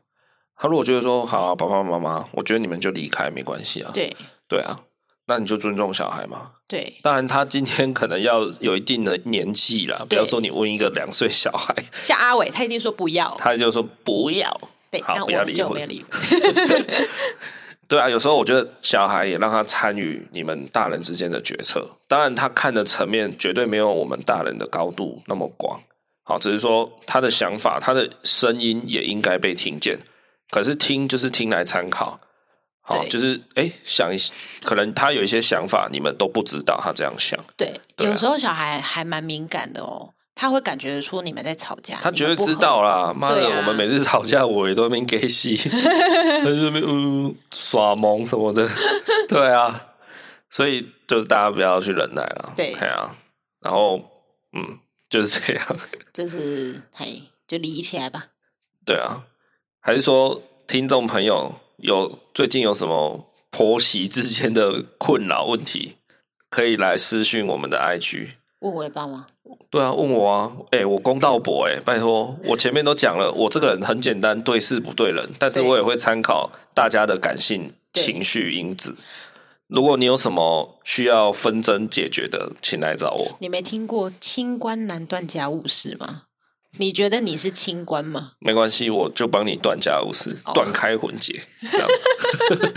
[SPEAKER 1] 他如果觉得说好啊、爸爸妈妈，我觉得你们就离开没关系啊，
[SPEAKER 2] 对
[SPEAKER 1] 对啊，那你就尊重小孩嘛。
[SPEAKER 2] 对，
[SPEAKER 1] 当然，他今天可能要有一定的年纪啦，不要
[SPEAKER 2] 对
[SPEAKER 1] 说你问一个两岁小孩，
[SPEAKER 2] 像阿伟他一定说不要，
[SPEAKER 1] 他就说不要，
[SPEAKER 2] 对，
[SPEAKER 1] 好
[SPEAKER 2] 但
[SPEAKER 1] 不
[SPEAKER 2] 我
[SPEAKER 1] 要
[SPEAKER 2] 们
[SPEAKER 1] 离
[SPEAKER 2] 就
[SPEAKER 1] 婚
[SPEAKER 2] 没有离婚。
[SPEAKER 1] 对啊，有时候我觉得小孩也让他参与你们大人之间的决策，当然他看的层面绝对没有我们大人的高度那么广，好，只是说他的想法、他的声音也应该被听见。可是听就是听来参考，好，
[SPEAKER 2] 对
[SPEAKER 1] 就是哎、诶想一，可能他有一些想法，你们都不知道他这样想，
[SPEAKER 2] 对，
[SPEAKER 1] 对啊
[SPEAKER 2] 有时候小孩还蛮敏感的哦，他会感觉得出你们在吵架，
[SPEAKER 1] 他
[SPEAKER 2] 你
[SPEAKER 1] 绝
[SPEAKER 2] 们
[SPEAKER 1] 对
[SPEAKER 2] 不
[SPEAKER 1] 知
[SPEAKER 2] 合
[SPEAKER 1] 道。啦。妈的，
[SPEAKER 2] 对啊
[SPEAKER 1] 我们每次吵架，我也都在那边给
[SPEAKER 2] [laughs]
[SPEAKER 1] 戏，他就在那边嗯耍萌什么
[SPEAKER 2] [laughs]
[SPEAKER 1] 的，对啊，所以就是大家不要去忍耐了，
[SPEAKER 2] 对
[SPEAKER 1] 啊，然后嗯就是这样， [laughs]
[SPEAKER 2] 就是嘿，就理起来吧。
[SPEAKER 1] 对啊，还是说听众朋友有最近有什么婆媳之间的困扰问题，可以来私讯我们的 IG。
[SPEAKER 2] 问我也帮忙，
[SPEAKER 1] 对啊，问我啊，哎、我公道博哎、拜托，我前面都讲了，我这个人很简单，对事不对人，但是
[SPEAKER 2] 对
[SPEAKER 1] 我也会参考大家的感性
[SPEAKER 2] 对
[SPEAKER 1] 情绪因子。如果你有什么需要纷争解决的，请来找我。
[SPEAKER 2] 你没听过清官难断家务事吗？你觉得你是清官吗？
[SPEAKER 1] 没关系，我就帮你断家务事
[SPEAKER 2] 哦，
[SPEAKER 1] 断开魂结。这样 [laughs]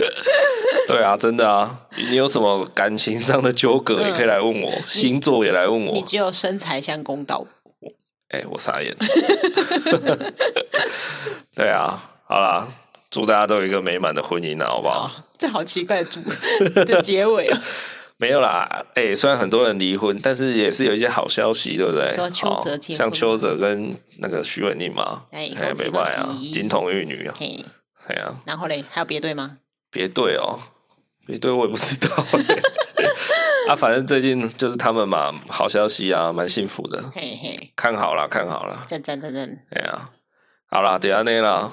[SPEAKER 1] 对啊，真的啊，你有什么感情上的纠葛，也可以来问我，星座也来问我
[SPEAKER 2] 你。只有身材像公道。
[SPEAKER 1] 哎、我傻眼。 [laughs] 对啊，好啦，祝大家都有一个美满的婚姻啊，好不好？
[SPEAKER 2] 这好奇怪的主的结尾哦，
[SPEAKER 1] 没有啦，哎、虽然很多人离婚，但是也是有一些好消息，对不对？
[SPEAKER 2] 说邱泽
[SPEAKER 1] 哦
[SPEAKER 2] 结婚
[SPEAKER 1] 像邱泽跟那个徐伟宁嘛，
[SPEAKER 2] 哎
[SPEAKER 1] 哎，
[SPEAKER 2] 恭喜
[SPEAKER 1] 没办啊
[SPEAKER 2] 恭，喜
[SPEAKER 1] 金童玉女啊，
[SPEAKER 2] 嘿，
[SPEAKER 1] 哎呀、啊，
[SPEAKER 2] 然后嘞，还有别对吗？
[SPEAKER 1] 别对哦，别对我也不知道、 [laughs] 啊，反正最近就是他们嘛，好消息啊，蛮幸福的，
[SPEAKER 2] 嘿嘿，
[SPEAKER 1] 看好啦，看好啦。
[SPEAKER 2] 赞赞赞赞，
[SPEAKER 1] 哎呀、好啦，等一下那啦，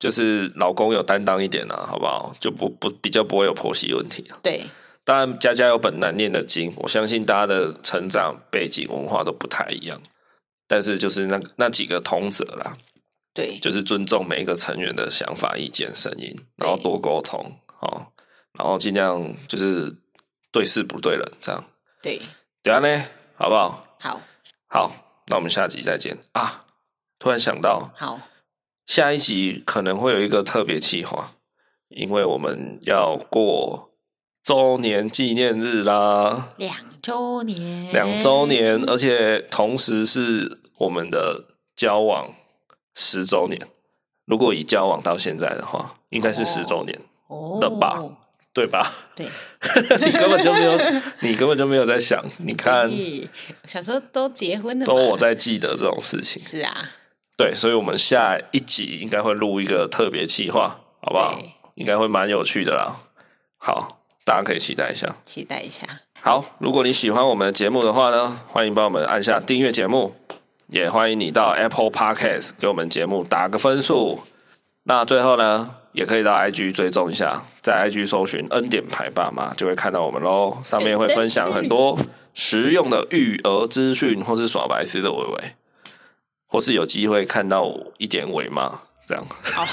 [SPEAKER 1] 就是老公有担当一点啦，好不好？就不不比较不会有婆媳问题啊。
[SPEAKER 2] 对
[SPEAKER 1] 当然，家家有本难念的经，我相信大家的成长背景文化都不太一样，但是就是那那几个通则啦，
[SPEAKER 3] 对，
[SPEAKER 1] 就是尊重每一个成员的想法、意见、声音，然后
[SPEAKER 3] 对
[SPEAKER 1] 多沟通哦，然后尽量就是对事不对人这样。
[SPEAKER 3] 对，
[SPEAKER 1] 对啊呢，好不好？
[SPEAKER 3] 好，
[SPEAKER 1] 好，那我们下集再见啊！突然想到，
[SPEAKER 3] 好，
[SPEAKER 1] 下一集可能会有一个特别计划，因为我们要过周年纪念日啦。
[SPEAKER 3] 两周年，
[SPEAKER 1] 两周，年，而且同时是我们的交往十周年。如果以交往到现在的话，应该是十周年，
[SPEAKER 3] 哦，
[SPEAKER 1] 的吧对吧？ [laughs]
[SPEAKER 3] 对，
[SPEAKER 1] 你根本就没有，你根本就没有在想。你看，
[SPEAKER 3] 咦想说都结婚了，
[SPEAKER 1] 都我，在记得这种事情。
[SPEAKER 3] 是啊，
[SPEAKER 1] 对，所以我们下一集应该会录一个特别企划，好不好
[SPEAKER 3] 对？
[SPEAKER 1] 应该会蛮有趣的啦。好，大家可以期待一下。
[SPEAKER 3] 期待一下，
[SPEAKER 1] 好，如果你喜欢我们的节目的话呢，欢迎帮我们按下订阅节目，也欢迎你到 Apple Podcast 给我们节目打个分数。那最后呢，也可以到 IG 追踪一下，在 IG 搜寻“恩典牌爸妈”就会看到我们喽。上面会分享很多实用的育儿资讯，或是耍白痴的伟伟，或是有机会看到 [laughs] 一点伟妈这样。好，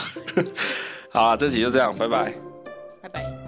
[SPEAKER 1] 好啊，这集就这样，拜拜。
[SPEAKER 3] 拜拜。